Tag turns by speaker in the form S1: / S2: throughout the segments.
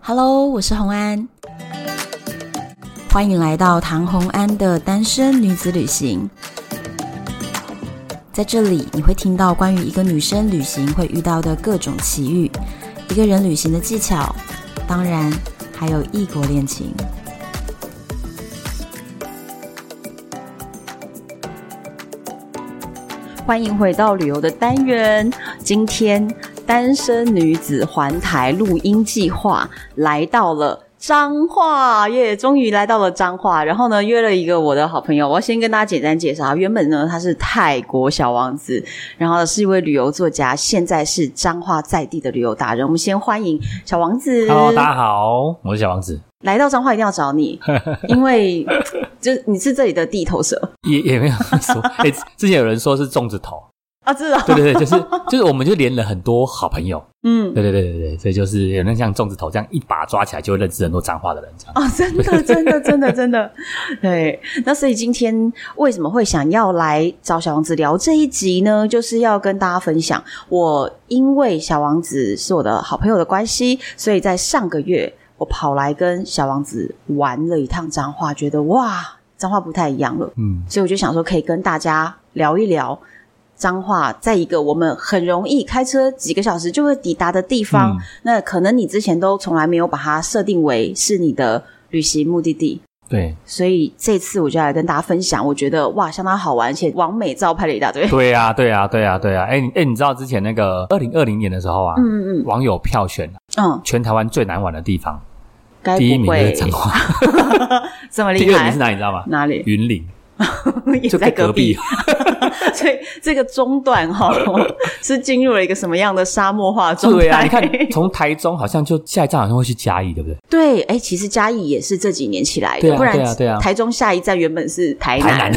S1: Hello，我是红安，欢迎来到唐红安的单身女子旅行。在这里，你会听到关于一个女生旅行会遇到的各种奇遇，一个人旅行的技巧，当然还有异国恋情。欢迎回到旅游的单元，今天单身女子环台录音计划来到了。彰化耶终于来到了彰化。然后呢，约了一个我的好朋友，我要先跟大家简单介绍。原本呢，他是泰国小王子，然后是一位旅游作家，现在是彰化在地的旅游达人。我们先欢迎小王子。
S2: Hello，大家好，我是小王子。
S1: 来到彰化一定要找你，因为 就你是这里的地头蛇
S2: 也也没有 说，哎、之前有人说是粽子头，
S1: 啊，知道？
S2: 对对对， 就是就是，我们就连了很多好朋友，
S1: 嗯，
S2: 对对对对对，所以就是有人像粽子头这样一把抓起来，就会认识很多脏话的人，这样。
S1: 哦，真的，真的，真的，真的，对。那所以今天为什么会想要来找小王子聊这一集呢？就是要跟大家分享，我因为小王子是我的好朋友的关系，所以在上个月我跑来跟小王子玩了一趟彰化，觉得哇，彰化不太一样了，
S2: 嗯，
S1: 所以我就想说可以跟大家聊一聊。彰化，在一个我们很容易开车几个小时就会抵达的地方，
S2: 嗯
S1: 那可能你之前都从来没有把它设定为是你的旅行目的地，
S2: 对
S1: 所以这次我就来跟大家分享，我觉得哇，相当好玩，而且完美照拍了一大堆。
S2: 对啊，对啊，对啊，对啊。哎你哎，你知道之前那个二零二零年的时候啊，
S1: 嗯嗯
S2: 网友票选
S1: 嗯嗯，
S2: 全台湾最难玩的地方，
S1: 该
S2: 第一
S1: 不
S2: 名就是
S1: 会
S2: 彰化，
S1: 这么
S2: 第
S1: 厉
S2: 二名是
S1: 害？
S2: 哪里？你知道吗？
S1: 哪里？
S2: 云林，
S1: 也
S2: 就
S1: 在
S2: 在
S1: 隔
S2: 隔
S1: 壁
S2: 壁。
S1: 所以这个中段哈、是进入了一个什么样的沙漠化状态？
S2: 对啊，你看从台中好像就下一站好像会去嘉义，对不对？
S1: 对，哎，其实嘉义也是这几年起来的，
S2: 对啊
S1: 不然
S2: 对啊对啊
S1: 台中下一站原本是台
S2: 台
S1: 南。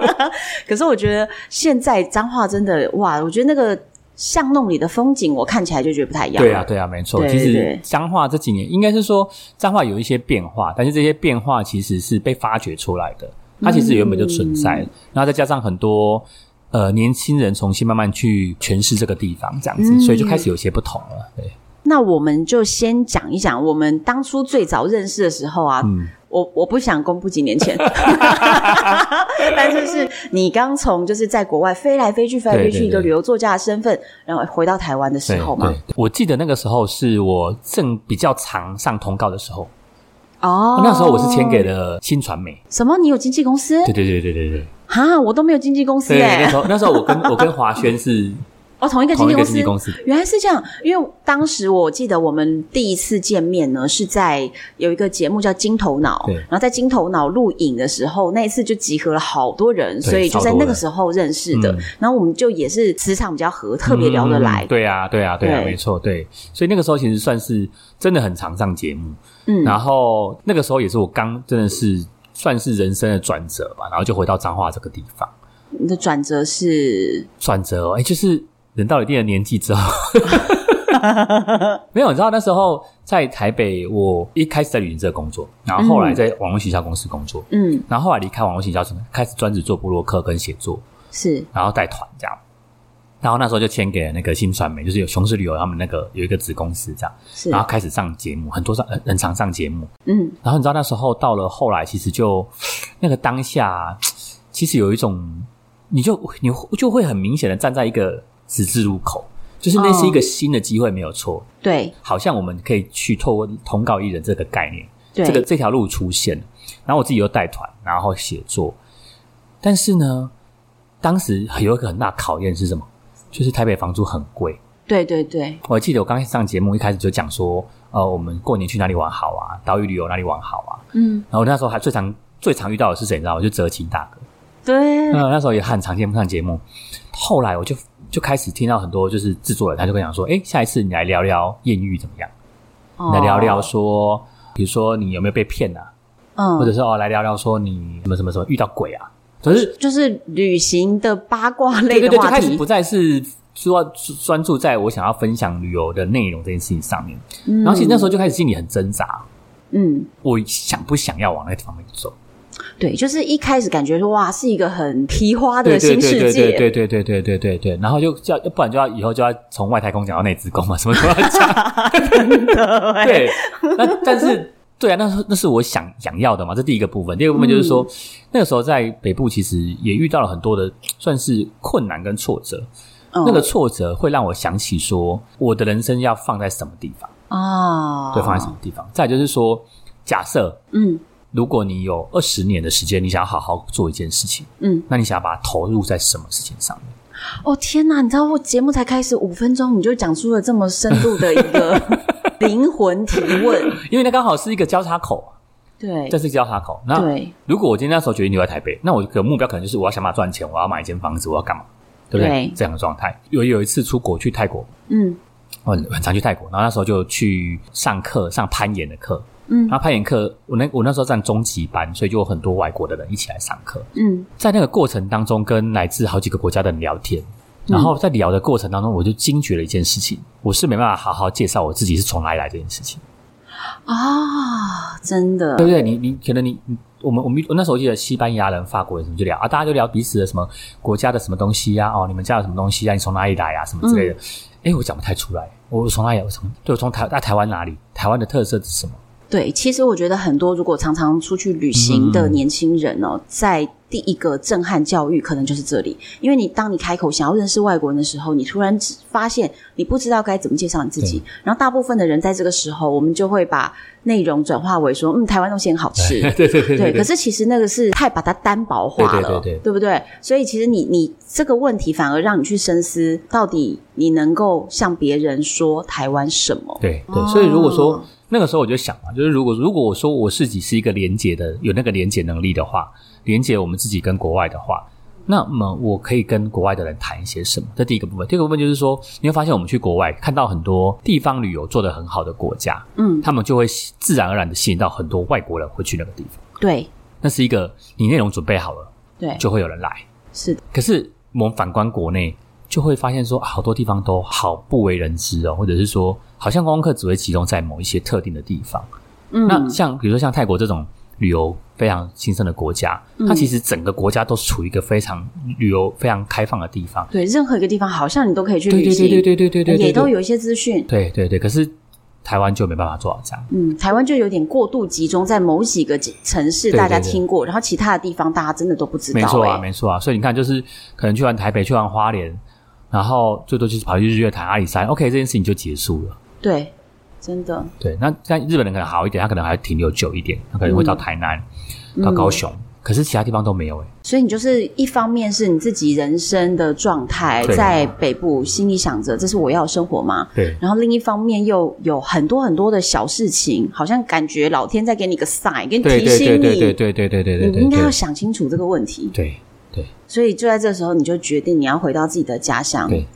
S1: 可是我觉得现在彰化真的哇，我觉得那个巷弄里的风景，我看起来就觉得不太一样。
S2: 对啊，，对啊，没错。
S1: 对
S2: 其实
S1: 对
S2: 彰化这几年应该是说彰化有一些变化，但是这些变化其实是被发掘出来的，它其实原本就存在，
S1: 嗯
S2: 然后再加上很多。呃，年轻人重新慢慢去诠释这个地方，这样子，
S1: 嗯
S2: 所以就开始有些不同了。对，
S1: 那我们就先讲一讲我们当初最早认识的时候啊，
S2: 嗯，
S1: 我我不想公布几年前， 但是是你刚从就是在国外飞来飞去、飞来飞
S2: 对
S1: 去
S2: 对
S1: 一个
S2: 对
S1: 旅游作家的身份，然后回到台湾的时
S2: 对
S1: 候嘛
S2: 对。，我记得那个时候是我正比较常上通告的时候，
S1: 哦，
S2: 那时候我是签给了新传媒。
S1: 什么？你有经纪公司？
S2: 对对对对对对，
S1: 哈，我都没有经纪公司
S2: 对
S1: 哎、
S2: 那时候那时候我跟我跟华 轩是
S1: 哦，同一个经
S2: 同
S1: 纪
S2: 一
S1: 公
S2: 个
S1: 司
S2: 经。纪公司，
S1: 原来是这样，因为当时我记得我们第一次见面呢，是在有一个节目叫《金头脑》，
S2: 对
S1: 然后在《金头脑》录影的时候，那一次就集合了好多人，
S2: 对
S1: 所以就在
S2: 超多
S1: 那
S2: 人
S1: 个时候认识的。
S2: 嗯
S1: 然后我们就也是磁场比较合，特别聊得来
S2: 嗯。对啊，对啊，对啊，
S1: 对
S2: 没错，对。所以那个时候其实算是真的很常上节目，
S1: 嗯
S2: 然后那个时候也是我刚真的是算是人生的转折吧，然后就回到彰化这个地方。
S1: 你
S2: 嗯
S1: 的嗯转折是
S2: 转折哦，哎，就是人到一定的年 纪之后，没有，你知道那时候在台北，我一开始在旅行社工作，然后后来在网络行销公司工作，
S1: 嗯
S2: 然后后来离开网络行销，开始专职做部落客跟写作。
S1: 是
S2: 然后带团这样。然后那时候就签给了那个新传媒，就是有雄狮旅游他们那个有一个子公司这样，
S1: 是
S2: 然后开始上节目，很多上很很常上节目。
S1: 嗯
S2: 然后你知道那时候到了后来，其实就那个当下，其实有一种你就你就会很明显的站在一个十字路口，就是那是一个新的机会没有错，
S1: 对
S2: 好像我们可以去透过通告艺人这个概念，
S1: 对
S2: 这个这条路出现，然后我自己又带团，然后写作，但是呢，当时有一个很大考验是什么？就是台北房租很贵。
S1: 对对对
S2: 我记得我刚开始上节目一开始就讲说，呃，我们过年去哪里玩好啊？岛屿旅游哪里玩好啊？
S1: 嗯
S2: 然后那时候还最常最常遇到的是谁？你知道吗？就泽清大哥。
S1: 对
S2: 嗯，那时候也很常见不上节目。后来我就就开始听到很多就是制作人，他就跟我讲说，哎，下一次你来聊聊艳遇怎么样？
S1: 哦
S2: 来聊聊说，比如说你有没有被骗啊？
S1: 嗯
S2: 或者是哦，来聊聊说你什么什么什么遇到鬼啊，可是
S1: 就是旅行的八卦类
S2: 对
S1: 的
S2: 对对，就
S1: 话
S2: 开始
S1: 题
S2: 不，再是主要专注在我想要分享旅游的内容这件事情上面，然后其实那时候就开始心里很挣扎，
S1: 嗯
S2: 我想不想要往那个方面走？
S1: 对，就是一开始感觉说哇，是一个很皮花
S2: 对
S1: 的
S2: 对
S1: 新世
S2: 对对 对
S1: 界，
S2: 对对对对对对对，然后就叫，不然就要以后就要从外太空讲到内子宫嘛，什么都要讲。
S1: 对，
S2: 对，那但是对啊，那是那是我想想要的嘛，这第一个部分。第二个部分就是说，那个时候在北部其实也遇到了很多的算是困难跟挫折，
S1: 嗯
S2: 那
S1: 哦
S2: 个挫折会让我想起说，我的人生要放在什么地方，
S1: 啊，
S2: 对，放在什么地方。再来就是说，假设
S1: 嗯
S2: 如果你有二十年的时间，你想要好好做一件事情，
S1: 嗯，
S2: 那你想要把它投入在什么事情上面？
S1: 哦天哪，你知道我节目才开始五分钟，你就讲出了这么深度的一 个灵魂提问，
S2: 因为那刚好是一个交叉口，
S1: 对
S2: 这是一个啊交叉口。那
S1: 对
S2: 如果我今天那时候决定留在台北，那我的目标可能就是我要想办法赚钱，我要买一间房子，我要干嘛，对不对？
S1: 对
S2: 这样的状态。有有一次出国去泰国，
S1: 嗯
S2: 我很很常去泰国，然后那时候就去上课，上攀岩的课。
S1: 嗯
S2: 然后攀岩课，我那我那时候上中级班，所以就有很多外国的人一起来上课。
S1: 嗯
S2: 在那个过程当中，跟来自好几个国家的人聊天，然后在聊的过程当中，我就惊觉了一件事情，我是没办法好好介绍我自己是从哪里来这件事情，
S1: 啊，真的
S2: 对不对？你你可能你你我们我们我那时候记得西班牙人、法国人什么就聊啊，大家就聊彼此的什么国家的什么东西呀、哦，你们家有什么东西呀、你从哪里来啊呀、什么之类的。哎、我讲不太出来，我从哪里来？我从对，我从台在台湾哪里？台湾的特色是什么？
S1: 对，其实我觉得很多如果常常出去旅行的
S2: 嗯
S1: 年轻人哦，在第一个震撼教育可能就是这里，因为你当你开口想要认识外国人的时候，你突然只发现你不知道该怎么介绍你自己，然后大部分的人在这个时候，我们就会把内容转化为说，嗯，台湾东西很好吃，
S2: 哎 对对对
S1: 对，可是其实那个是太把它单薄化了，
S2: 对对对对
S1: 不对？所以其实你你这个问题反而让你去深思，到底你能够向别人说台湾什么？
S2: 对
S1: 哦
S2: 对，所以如果说那个时候我就想嘛，就是如果如果我说我自己是一个连接的，有那个连接能力的话，连接我们自己跟国外的话，那么我可以跟国外的人谈一些什么？这第一个部分。第二个部分就是说，你会发现我们去国外看到很多地方旅游做得很好的国家，
S1: 嗯，
S2: 他们就会吸自然而然的吸引到很多外国人会去那个地方。
S1: 对
S2: 那是一个你内容准备好了，
S1: 对，
S2: 就会有人来。
S1: 是的，
S2: 可是我们反观国内，就会发现说、啊好多地方都好不为人知哦，或者是说，好像观光客只会集中在某一些特定的地方。
S1: 嗯，
S2: 那像比如说像泰国这种旅游非常兴盛的国家，它其实整个国家都是处于一个非常旅游非常开放的地方。
S1: 对，任何一个地方好像你都可以去
S2: 对
S1: 旅
S2: 对
S1: 行，
S2: 对对对对对对，对
S1: 也都。有一些资讯。
S2: 对对对，可是台湾就没办法做到这样。
S1: 嗯，台湾就有点过度集中在某几个城市，
S2: 对
S1: 大家
S2: 对对
S1: 听过，然后其他的地方大家真的都不知道、
S2: 没错啊，
S1: 哎
S2: 没错啊。所以你看，就是可能去完台北，去完花莲，然后最多就是跑去日月潭、阿里山，OK，这件事情就结束了。
S1: 对，真的，
S2: 对，那像日本人可能好一点，他可能还停留久一点，他可能会
S1: 嗯
S2: 到台南、到高雄，可是其他地方都没有哎、
S1: 所以你就是一方面是你自己人生的状态，
S2: 对
S1: 在北部心里想着这是我要的生活吗？
S2: 对
S1: 然后另一方面又有很多很多的小事情，好像感觉老天在给你个 sign，给你
S2: 对
S1: 提
S2: 对对
S1: 醒
S2: 对对
S1: 你，
S2: 对对对对对
S1: 你应该
S2: 对
S1: 要
S2: 对
S1: 想清楚这个问题。
S2: 对
S1: 所以就在这时候，你就决定你要回到自己的家乡。
S2: 对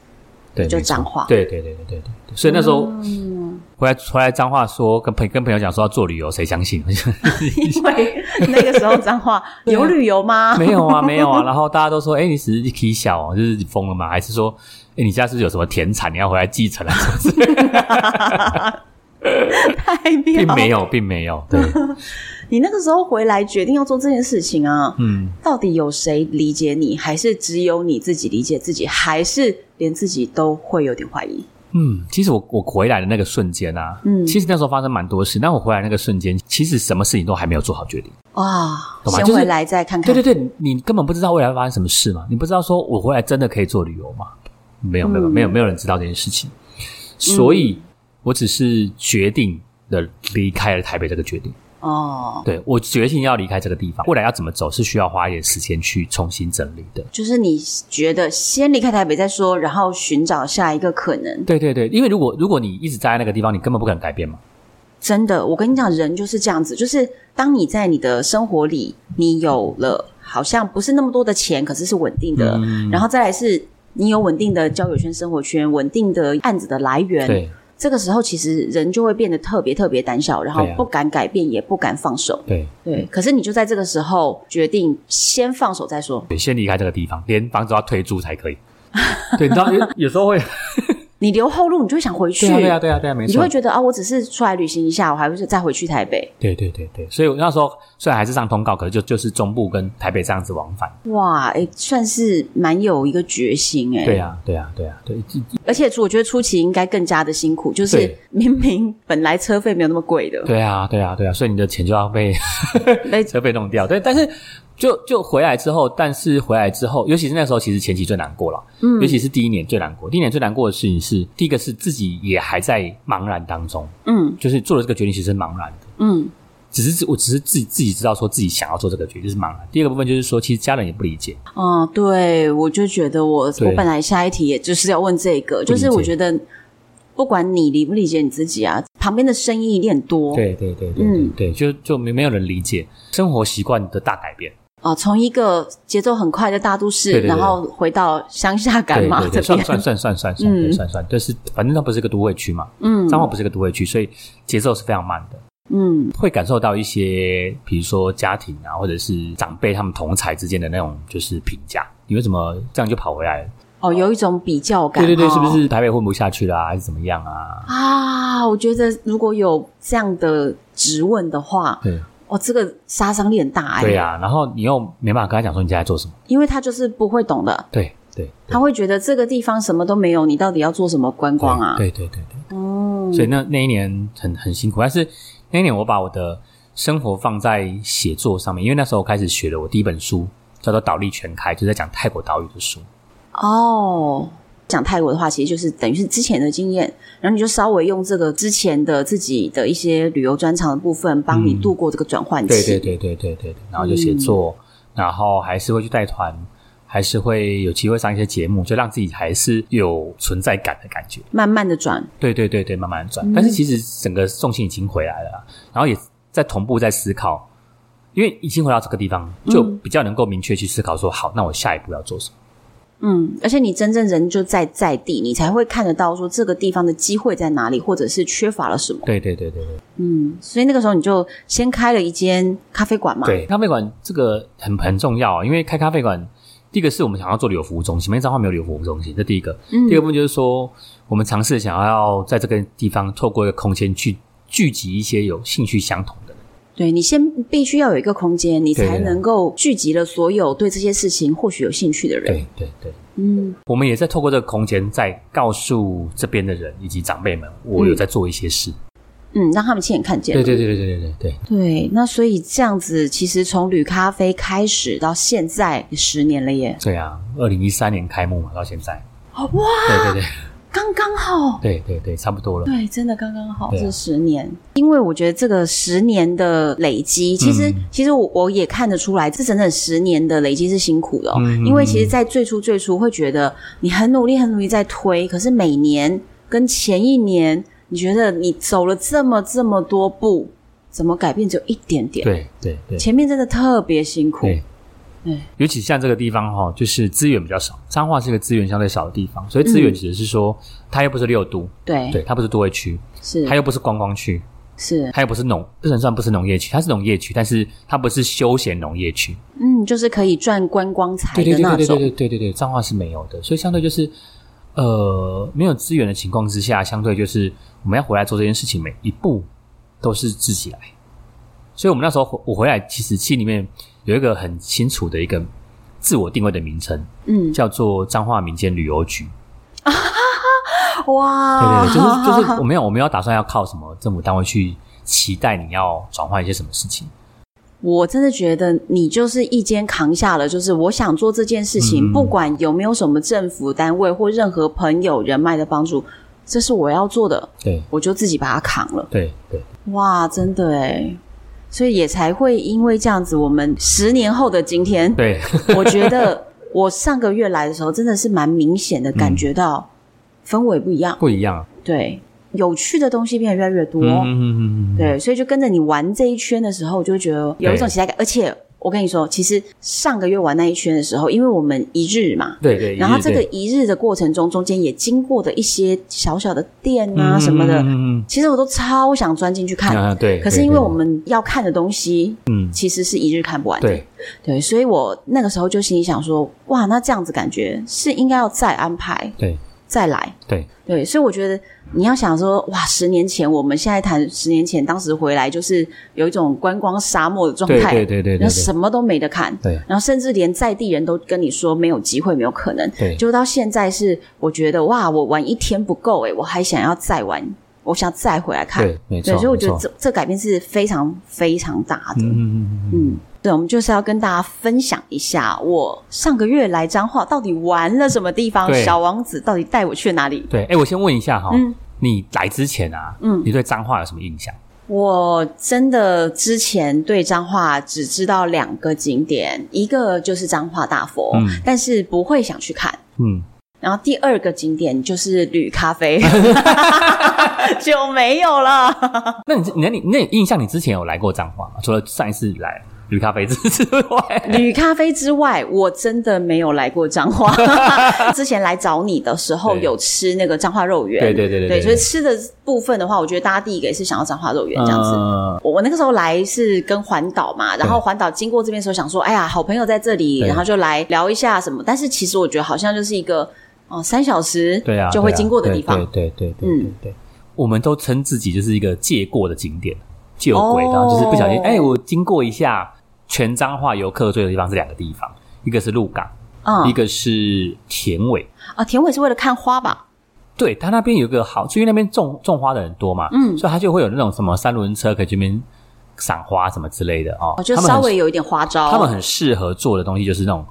S2: 对，
S1: 就
S2: 没错
S1: 彰化
S2: 对对对对对对。所以那时候
S1: 嗯，
S2: 回来回来彰化说，跟朋跟朋友讲说要做旅游，谁相信？
S1: 因为那个时候彰化
S2: 啊
S1: 有旅游吗？
S2: 没有啊，没有啊。然后大家都说，哎、你只是体小、哦，就是你疯了吗？还是说，哎、你家是不是有什么田产，你要回来 继承啊？
S1: 太妙
S2: 并没有，并没有。对，
S1: 你那个时候回来决定要做这件事情啊，
S2: 嗯，
S1: 到底有谁理解你，还是只有你自己理解自己，还是连自己都会有点怀疑？
S2: 嗯，其实我我回来的那个瞬间啊，
S1: 嗯
S2: 其实那时候发生蛮多事。但我回来那个瞬间，其实什么事情都还没有做好决定。
S1: 哇，
S2: 懂吗
S1: 先
S2: 就是
S1: 回来再看看。
S2: 对对对，你你根本不知道未来会发生什么事嘛？你不知道说我回来真的可以做旅游吗？没有没有没有没有人知道这件事情，所以我只是决定的离开了台北这个决定。
S1: 哦，
S2: 对我决定要离开这个地方，未来要怎么走是需要花一点时间去重新整理的。
S1: 就是你觉得先离开台北再说，然后寻找下一个可能。
S2: 对对对，因为如果如果你一直待在那个地方，你根本不可能改变嘛。
S1: 真的，我跟你讲，人就是这样子，就是当你在你的生活里，你有了好像不是那么多的钱，可是是稳定的，
S2: 嗯
S1: 然后再来是你有稳定的交友圈、生活圈，稳定的案子的来源，
S2: 对
S1: 这个时候，其实人就会变得特别特别胆小，然后
S2: 对啊
S1: 不敢改变，也不敢放手。
S2: 对，
S1: 对，可是你就在这个时候决定先放手再说。
S2: 对，先离开这个地方，连房子都要退租才可以。对，你知道，因为有时候会
S1: 你留后路，你就会想回去，
S2: 对 啊，对啊，对啊，对啊，没
S1: 你
S2: 错
S1: 就会。觉得啊，我只是出来旅行一下，我还会再回去台北。
S2: 对对对对，所以我那时候虽然还是上通告，可是就就是中部跟台北这样子往返。
S1: 哇，哎、算是蛮有一个决心哎、
S2: 对啊，对啊，对啊，对，
S1: 而且我觉得初期应该更加的辛苦，就是
S2: 对
S1: 明明本来车费没有那么贵的，
S2: 对啊，对啊，对啊，所以你的钱就要 被
S1: 被
S2: 车被弄掉。对，但是就就回来之后，但是回来之后，尤其是那时候，其实前期最难过了，嗯，尤其是第一年最难过。第一年最难过的事情是，第一个是自己也还在茫然当中，
S1: 嗯
S2: 就是做了这个决定，其实是茫然的。
S1: 嗯
S2: 只是自我只是自己自己知道说自己想要做这个决定就是茫然。第二个部分就是说，其实家人也不理解，
S1: 哦，对，我就觉得我
S2: 对
S1: 我本来下一题也就是要问这个，就是我觉得不管你理不理解你自己啊，旁边的声音一定很多，
S2: 对对对对对
S1: 哦嗯
S2: 对，就就没没有人理解生活习惯的大改变。
S1: 哦，从一个节奏很快的大都市，
S2: 对对对
S1: 然后回到乡下感
S2: 对
S1: 嘛
S2: 对
S1: 这
S2: 对，算
S1: 边，
S2: 算算算算算，对
S1: 嗯
S2: 算算，就是反正它不是一个都会区嘛，
S1: 嗯
S2: 彰化不是一个都会区，所以节奏是非常慢的，
S1: 嗯
S2: 会感受到一些，比如说家庭啊，或者是长辈他们同才之间的那种就是评价，你为什么这样就跑回来了？
S1: 哦，有一种比较感，
S2: 对对对，是不
S1: 哦
S2: 是台北混不下去啦、还是怎么样啊？
S1: 啊？我觉得如果有这样的质问的话，
S2: 对
S1: 哦，这个杀伤力很大哎、
S2: 对呀、啊，然后你又没办法跟他讲说你现在在做什么，
S1: 因为他就是不会懂的，
S2: 对对
S1: 他会觉得这个地方什么都没有，你到底要做什么观光啊？
S2: 对对对对。
S1: 哦，
S2: 所以那那一年很很辛苦，但是那一年我把我的生活放在写作上面，因为那时候我开始学了我第一本书叫做《岛屿全开》，就在讲泰国岛屿的书。
S1: 哦，讲泰国的话，其实就是等于是之前的经验，然后你就稍微用这个之前的自己的一些旅游专长的部分，帮你度过这个转换期。
S2: 对对对对对对对，然后就
S1: 嗯
S2: 写作，然后还是会去带团，还是会有机会上一些节目，就让自己还是有存在感的感觉。
S1: 慢慢的转，
S2: 对对对对，慢慢转。但是其实整个重心已经回来了啦，然后也在同步在思考，因为已经回到这个地方，就比较能够明确去思考说，好，那我下一步要做什么。
S1: 嗯，而且你真正人就在在地，你才会看得到说这个地方的机会在哪里，或者是缺乏了什么。
S2: 对对对对对。
S1: 嗯，所以那个时候你就先开了一间咖啡馆嘛。，
S2: 对，咖啡馆这个很很重要啊，因为开咖啡馆，第一个是我们想要做旅游服务中心，没彰化没有旅游服务中心，这第一个。
S1: 嗯
S2: 第二部分就是说，我们尝试想要在这个地方透过一个空间去聚集一些有兴趣相同的人。
S1: 对你先必须要有一个空间，你
S2: 对
S1: 才能够聚集了所有对这些事情或许有兴趣的人。
S2: 对对对，
S1: 嗯，
S2: 我们也在透过这个空间，在告诉这边的人以及长辈们，我有在做一些事。
S1: 嗯，让他们亲眼看见。
S2: 对对对对对对对对，
S1: 对，那所以这样子，其实从旅咖啡开始到现在也十年了耶，
S2: 对啊，二零一三年开幕嘛，到现在。哇！对对对
S1: 刚刚好。
S2: 对对对，差不多了。
S1: 对，真的刚刚好，
S2: 对啊
S1: 这十年，因为我觉得这个十年的累积，其实、
S2: 嗯
S1: 其实我我也看得出来，这整整十年的累积是辛苦的、哦，
S2: 嗯
S1: 因为其实，在最初最初会觉得你很努力很努力在推，可是每年跟前一年，你觉得你走了这么这么多步，怎么改变只有一点点？
S2: 对对对。
S1: 前面真的特别辛苦，
S2: 对
S1: 对
S2: 尤其像这个地方哈、就是资源比较少，彰化是一个资源相对少的地方，所以资源
S1: 嗯
S2: 指的是说，它又不是六都，
S1: 对
S2: 对，它不是都会区，
S1: 是
S2: 它又不是观光区，
S1: 是
S2: 它又不是农，不能算不是农业区，它是农业区，但是它不是休闲农业区，
S1: 嗯，就是可以赚观光财
S2: 对
S1: 的
S2: 对
S1: 那
S2: 对对对
S1: 种，
S2: 对对对对，彰化是没有的，所以相对就是，呃，没有资源的情况之下，相对就是我们要回来做这件事情，每一步都是自己来。所以我们那时候回我回来，其实心里面有一个很清楚的一个自我定位的名称，
S1: 嗯，
S2: 叫做彰化民间旅游局。对
S1: 哇，
S2: 对对，就是就是我没有我没有打算要靠什么政府单位去期待你要转换一些什么事情。
S1: 我真的觉得你就是一肩扛下了，就是我想做这件事情，
S2: 嗯
S1: 不管有没有什么政府单位或任何朋友人脉的帮助，这是我要做的，
S2: 对
S1: 我就自己把它扛了。
S2: 对对
S1: 哇，真的哎，所以也才会因为这样子，我们十年后的今天，
S2: 对，
S1: 我觉得我上个月来的时候，真的是蛮明显的感觉到氛围不一样，
S2: 不一样啊。
S1: 对，有趣的东西变得越来越多。
S2: 嗯嗯嗯嗯，
S1: 对，所以就跟着你玩这一圈的时候，我就会觉得有一种期待感。而且我跟你说，其实上个月玩那一圈的时候，因为我们一日嘛，
S2: 对对。
S1: 然后
S2: 一日
S1: 这个
S2: 对
S1: 一日的过程中，中间也经过的一些小小的店啊
S2: 嗯
S1: 什么的，
S2: 嗯嗯嗯嗯
S1: 其实我都超想钻进去看。
S2: 啊，对。
S1: 可是
S2: 对
S1: 因为
S2: 对
S1: 我们要看的东西，
S2: 嗯
S1: 其实是一日看不完的。
S2: 对
S1: 对，所以我那个时候就心里想说，哇，那这样子感觉是应该要再安排
S2: 对
S1: 再来。
S2: 对，
S1: 对，所以我觉得你要想说，哇，十年前我们现在谈十年前，当时回来就是有一种观光沙漠的状
S2: 对，
S1: 态，
S2: 对，对，对，对
S1: 然后，什么都没得看，
S2: 对，
S1: 然后甚至连在地人都跟你说没有机会，没有可能。
S2: 对，
S1: 就到现在是，我觉得哇，我玩一天不够诶、欸我还想要再玩，我想再回来看。
S2: 对，没
S1: 对，
S2: 错，
S1: 所以我觉得
S2: 没错
S1: 这这改变是非常非常大的。
S2: 嗯嗯嗯嗯，
S1: 嗯，对，我们就是要跟大家分享一下，我上个月来彰化到底玩了什么地方，
S2: 对
S1: 小王子到底带我去哪里？
S2: 对，哎，我先问一下哈
S1: 嗯，
S2: 你来之前啊，
S1: 嗯
S2: 你对脏话有什么印象？
S1: 我真的之前对彰化只知道两个景点，一个就是彰化大佛，
S2: 嗯
S1: 但是不会想去看。
S2: 嗯，
S1: 然后第二个景点就是铝咖 啡， 就没有了。
S2: 那你那你那你印象你之前有来过脏话吗？除了上一次来绿咖啡之之 外，
S1: 铝咖啡之外，我真的没有来过彰 化。之前来找你的时候
S2: 对
S1: 有吃那个彰化肉圆，
S2: 对对对对
S1: 对，
S2: 对
S1: 所以吃的部分的话，我觉得大家第一个也是想要彰化肉圆这样子。
S2: 嗯
S1: 我我那个时候来是跟环岛嘛，然后环岛经过这边的时候想说，哎呀，好朋友在这里，
S2: 对
S1: 然后就来聊一下什么。但是其实我觉得好像就是一个哦、三小时
S2: 对啊，
S1: 就会经过的地方，嗯
S2: 对对对对对对对，我们都称自己就是一个借过的景点，借轨
S1: 哦
S2: 道，就是不小心哎，我经过一下全彰化游客最多的地方是两个地方，一个是鹿港，一
S1: 嗯
S2: 个是田尾。
S1: 啊，田尾是为了看花吧？
S2: 对，它那边有一个好，就因为那边种种花的人多嘛，
S1: 嗯
S2: 所以它就会有那种什么三轮车可以去那边赏花什么之类的哦
S1: 哦，。就
S2: 他们
S1: 稍
S2: 很
S1: 微有一点花招。
S2: 他们很适合做的东西就是那种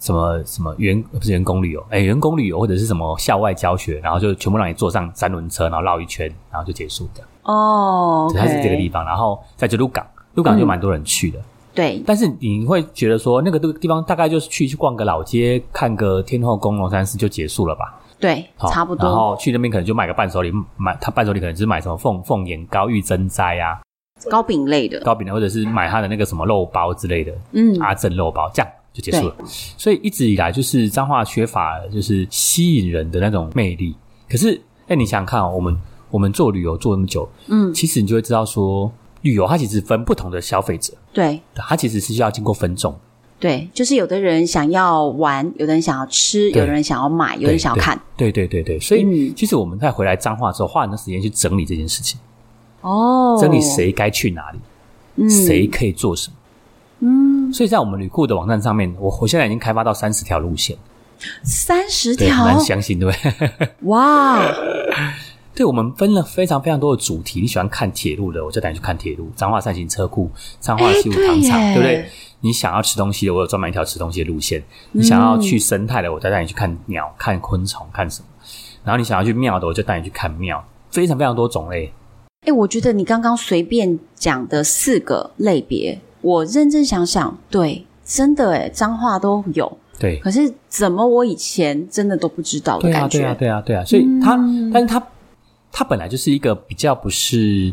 S2: 什么什么员不是员工旅游，哎、员工旅游或者是什么校外教学，然后就全部让你坐上三轮车，然后绕一圈，然后就结束的。
S1: 哦，
S2: 对它是这个地
S1: 方。
S2: 方，然后再就鹿港，鹿港就蛮多人去的。
S1: 对，
S2: 但是你会觉得说，那个地方大概就是去去逛个老街，看个天后宫、龙山寺就结束了吧？
S1: 对，
S2: 好
S1: 差不
S2: 然
S1: 多。
S2: 后去那边可能就买个伴手礼，买他伴手礼可能是买什么凤凤眼糕、玉珍斋啊、
S1: 糕饼类的，
S2: 糕饼啊，啊或者是买他的那个什么肉包之类的。
S1: 嗯，
S2: 阿正肉包，这样就结束了。所以一直以来就是彰化缺乏就是吸引人的那种魅力。可是，哎、你想想看哦，我们我们做旅游做那么久，
S1: 嗯
S2: 其实你就会知道说，旅游它其实分不同的消费者，
S1: 对
S2: 它其实是需要经过分众。
S1: 对，就是有的人想要玩，有的人想要吃，
S2: 对
S1: 有的人想要买，有的人想要看。
S2: 对对对对，所以、
S1: 嗯
S2: 其实我们在回来彰化之后，花很多时间去整理这件事情，
S1: 哦，
S2: 整理谁该去哪里，
S1: 嗯
S2: 谁可以做什么。嗯，所以在我们旅库的网站上面，我我现在已经开发到三十条路线，
S1: 三十
S2: 对，很
S1: 条
S2: 难，相信对不对？
S1: 哇，
S2: 对，我们分了非常非常多的主题。你喜欢看铁路的，我就带你去看铁路；彰化扇形车库、彰化西武糖厂，
S1: 哎对耶
S2: 对不对？你想要吃东西的，我有专门一条吃东西的路线；
S1: 嗯
S2: 你想要去生态的，我再带你去看鸟、看昆虫、看什么；然后你想要去庙的，我就带你去看庙。非常非常多种类，
S1: 哎、我觉得你刚刚随便讲的四个类别，我认真想想，对，真的哎，脏话都有，
S2: 对，
S1: 可是怎么我以前真的都不知道的
S2: 对啊，
S1: 感
S2: 对
S1: 觉？嗯
S2: 啊，对啊，对啊。所以它，但是它，它本来就是一个比较不是。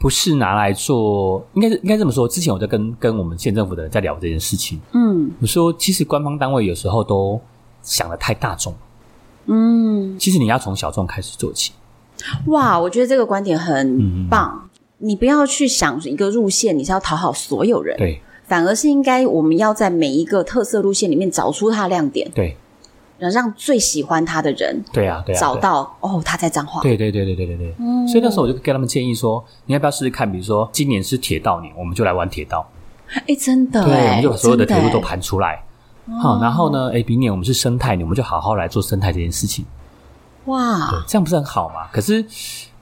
S2: 不是拿来做，应该是应该这么说。之前我在跟跟我们县政府的人在聊这件事情，
S1: 嗯
S2: 我说，其实官方单位有时候都想的太大众，
S1: 嗯，
S2: 其实你要从小众开始做起。
S1: 哇，我觉得这个观点很
S2: 嗯
S1: 棒。你不要去想一个路线，你是要讨好所有人，
S2: 对
S1: 反而是应该我们要在每一个特色路线里面找出它的亮点，
S2: 对
S1: 然后让最喜欢它的人
S2: 对啊，对啊，
S1: 找到哦，他在脏话。嗯
S2: 对。对对对对对对对。所以那时候我就跟他们建议说，你要不要试试看？比如说今年是铁道年，我们就来玩铁道，
S1: 哎，真的
S2: 对，我
S1: 哎，
S2: 们就把所有的铁
S1: 真哦
S2: 路都
S1: 哎
S2: 盘出来。好，然后呢？哎，明年我们是生态年，我们就好好来做生态这件事情，对
S1: 哇，
S2: 啊这样不是很好吗？可是，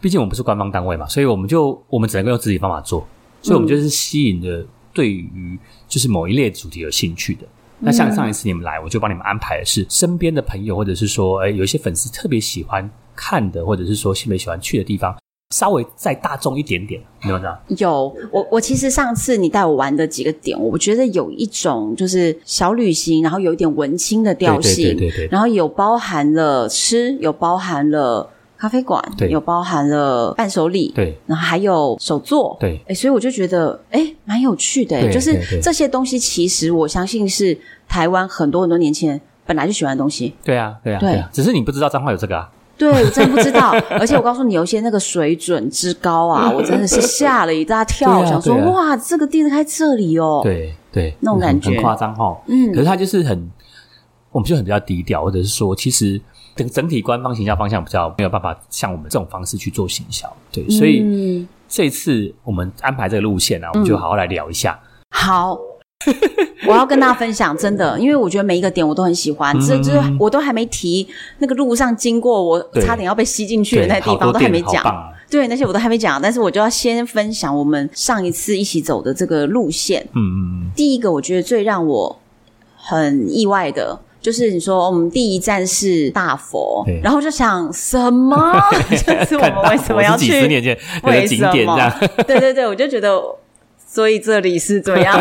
S2: 毕竟我们不是官方单位嘛，所以我们就我们只能够用自己方法做，所以我们就是吸引了对于就是某一类主题有兴趣的。那像上一次你们来，我就帮你们安排的是身边的朋友，或者是说，哎，有一些粉丝特别喜欢看的，或者是说特别喜欢去的地方，稍微再大众一点点，你懂吗？
S1: 有我我其实上次你带我玩的几个点，我觉得有一种就是小旅行，然后有一点文青的调性，
S2: 对对对对对
S1: 然后有包含了吃，有包含了咖啡馆，
S2: 对
S1: 有包含了伴手礼，
S2: 对
S1: 然后还有手作，
S2: 对
S1: 哎，所以我就觉得哎，蛮有趣的，
S2: 对
S1: 就是
S2: 对对
S1: 这些东西，其实我相信是台湾很多很多年轻人本来就喜欢的东西，
S2: 对啊，对啊，
S1: 对
S2: 对啊，只是你不知道彰化有这个啊。
S1: 对，我真的不知道。而且我告诉你，有一些那个水准之高啊，我真的是吓了一大跳，
S2: 对啊
S1: 想说、
S2: 对啊
S1: 哇，这个店开这里哦。，
S2: 对对，嗯
S1: 那种
S2: 很
S1: 感觉
S2: 很夸张哈。哦
S1: 嗯
S2: 可是他就是很，我们就很比较低调，或者是说，其实整整体官方行销方向比较没有办法像我们这种方式去做行销，对，所以、
S1: 嗯
S2: 这一次我们安排这个路线啊，我们就好好来聊一下。
S1: 好。我要跟大家分享，真的，因为我觉得每一个点我都很喜欢，这
S2: 嗯
S1: 就是我都还没提那个路上经过，我
S2: 对
S1: 差点要被吸进去的
S2: 对，
S1: 那个地
S2: 好
S1: 方，我
S2: 多
S1: 都还没
S2: 店好
S1: 讲。
S2: 棒啊！
S1: 对，那些我都还没讲，但是我就要先分享我们上一次一起走的这个路线。
S2: 嗯嗯
S1: 第一个，我觉得最让我很意外的。就是你说我们第一站是大佛
S2: 对，
S1: 然后就想什 么？就是我们为什么要
S2: 看到我是几十年
S1: 去？
S2: 前有
S1: 为
S2: 个景
S1: 什
S2: 点这
S1: 么
S2: 样，？
S1: 对对对，我就觉得，所以这里是这 样。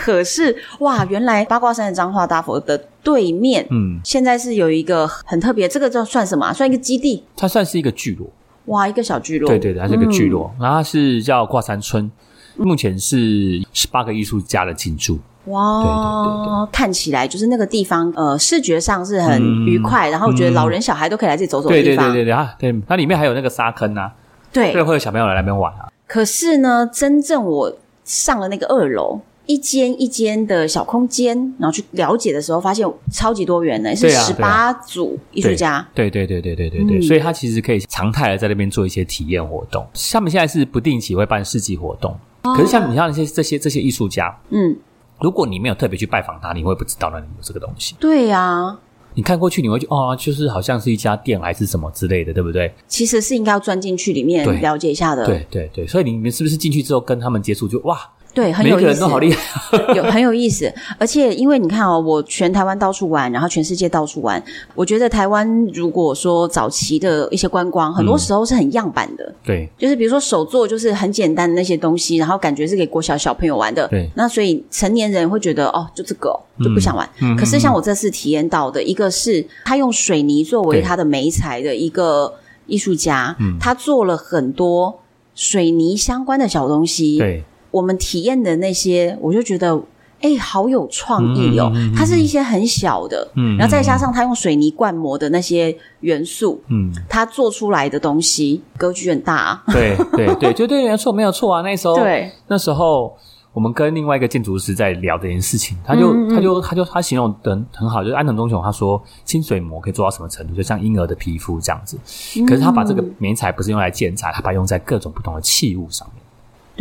S1: 可是哇，原来八卦山的彰化大佛的对面，
S2: 嗯，
S1: 现在是有一个很特别，这个叫算什么啊、算一个基地
S2: 它算是一个聚落，
S1: 哇，一个小聚落。
S2: 对对对，它是一个聚落，然后它是叫挂山村，目前是十八个艺术家的进驻，
S1: 哇，
S2: 对对
S1: 看起来就是那个地方，呃，视觉上是很
S2: 嗯
S1: 愉快，然后我觉得老人小孩都可以来这里走走的
S2: 对
S1: 地
S2: 对
S1: 方。
S2: 对对对啊，对，它里面还有那个沙坑啊，
S1: 对
S2: 对，会有小朋友来那边玩啊，
S1: 可是呢，真正我上了那个二楼。一间一间的小空间，然后去了解的时候，发现超级多元的，是
S2: 对啊
S1: 十
S2: 对
S1: 八
S2: 啊
S1: 组艺术家，
S2: 对对对对对对对，
S1: 嗯
S2: 所以它其实可以常态的在那边做一些体验活动。他们现在是不定期会办市集活动，
S1: 哦
S2: 可是像你像那些这些这些艺术家，
S1: 嗯，
S2: 如果你没有特别去拜访他，你会不知道那里有这个东西。
S1: 对啊呀，
S2: 你看过去，你会觉得哦，就是好像是一家店还是什么之类的，对不对？
S1: 其实是应该要钻进去里面
S2: 对
S1: 了解一下的，
S2: 对对对，所以你们是不是进去之后跟他们接触就哇，
S1: 对很
S2: 每一
S1: 有
S2: 个
S1: 意
S2: 人
S1: 思，
S2: 都好厉害，
S1: 有很有意思，而且因为你看哦，我全台湾到处玩，然后全世界到处玩，我觉得台湾如果说早期的一些观光，很多
S2: 嗯
S1: 时候是很样板的，
S2: 对
S1: 就是比如说手作，就是很简单的那些东西，然后感觉是给国小小朋友玩的，
S2: 对
S1: 那所以成年人会觉得哦，就这个、哦、就不想玩。
S2: 嗯嗯
S1: 可是像我这次体验到的，一个是他用水泥作为
S2: 对嗯
S1: 他的媒材的一个艺术家，他做了很多水泥相关的小东西，
S2: 对，
S1: 我们体验的那些，我就觉得，哎、好有创意哦！
S2: 嗯嗯嗯嗯
S1: 它是一些很小的，
S2: 嗯
S1: 然后再加上它用水泥灌磨的那些元素，
S2: 嗯，
S1: 它做出来的东西格局很大、啊。
S2: 对对对，就对，没有错，没有错啊。那时候
S1: 对，
S2: 那时候我们跟另外一个建筑师在聊这件事情，他就、
S1: 嗯嗯嗯
S2: 他就他就他形容的很好，就是安藤忠雄他说清水膜可以做到什么程度，就像婴儿的皮肤这样子。
S1: 嗯
S2: 可是他把这个棉材不是用来建材，他把它用在各种不同的器物上面，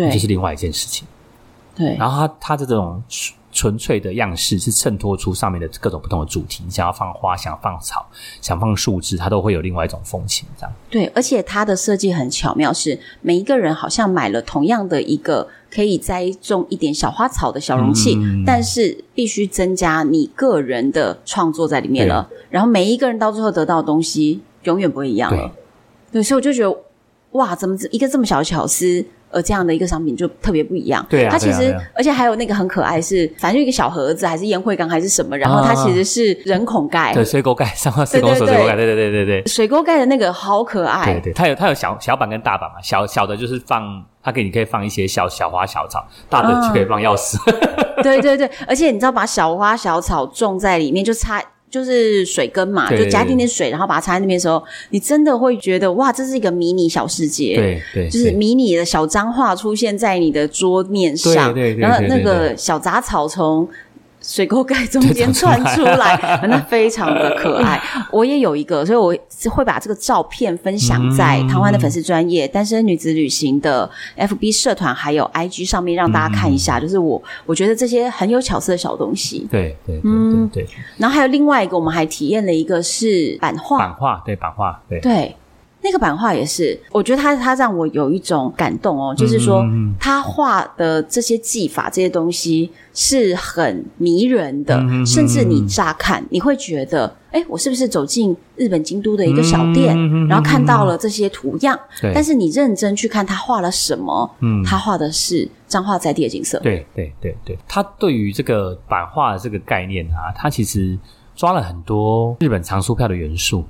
S1: 对
S2: 这是另外一件事情。
S1: 对，
S2: 然后它它的这种纯纯粹的样式是衬托出上面的各种不同的主题，你想要放花，想放草，想放树枝，它都会有另外一种风情这样。
S1: 对，而且它的设计很巧妙是，每一个人好像买了同样的一个可以栽种一点小花草的小容器，
S2: 嗯
S1: 但是必须增加你个人的创作在里面了。然后每一个人到最后得到的东西永远不会一样了。对，所以我就觉得，哇，怎么一个这么小的巧思？而这样的一个商品就特别不一样，
S2: 对啊
S1: 它其
S2: 对
S1: 实、
S2: 啊对啊
S1: 而且还有那个很可爱是，反正就一个小盒子还是烟灰缸还是什么，然后它
S2: 啊
S1: 其实是人孔盖，
S2: 对，水沟盖上到水沟手
S1: 哎对对对
S2: 水沟盖，对对对对对。
S1: 水沟盖的那个好可爱，
S2: 对对，它有它有小小版跟大版嘛，小小的就是放，它给你可以放一些小小花小草，大的就可以放钥匙。
S1: 嗯 对对对，而且你知道，把小花小草种在里面，就插就是水根嘛，
S2: 对
S1: 就加一点点水，然后把它插在那边的时候，你真的会觉得哇，这是一个迷你小世界。。
S2: 对 对，
S1: 就是
S2: 对
S1: 迷你的小脏画出现在你的桌面上，
S2: 对对对
S1: 然后
S2: 对对
S1: 那
S2: 对
S1: 个小杂草从水沟盖中
S2: 对
S1: 间
S2: 长
S1: 窜
S2: 出来
S1: 出来， 那非常的可 爱。我也有一个，所以我是会把这个照片分享在
S2: 嗯
S1: 台湾的粉丝专业单身女子旅行的 FB 社团还有 IG 上面，让大家看一
S2: 嗯
S1: 下。就是我我觉得这些很有巧思的小东西。
S2: 对对对
S1: 嗯
S2: 对对，对
S1: 然后还有另外一个，我们还体验了一个是版画，
S2: 版画对版画对
S1: 对，那个版画也是，我觉得他他让我有一种感动哦，就是说
S2: 嗯嗯嗯
S1: 他画的这些技法、这些东西是很迷人的，
S2: 嗯嗯嗯
S1: 甚至你乍看你会觉得，哎，我是不是走进日本京都的一个小店，
S2: 嗯嗯嗯嗯
S1: 然后看到了这些图样？
S2: 对，
S1: 但是你认真去看他画了什么，
S2: 嗯
S1: 他画的是彰化在地的景色。
S2: 对对对对，他对于这个版画的这个概念啊，他其实抓了很多日本藏书票的元素，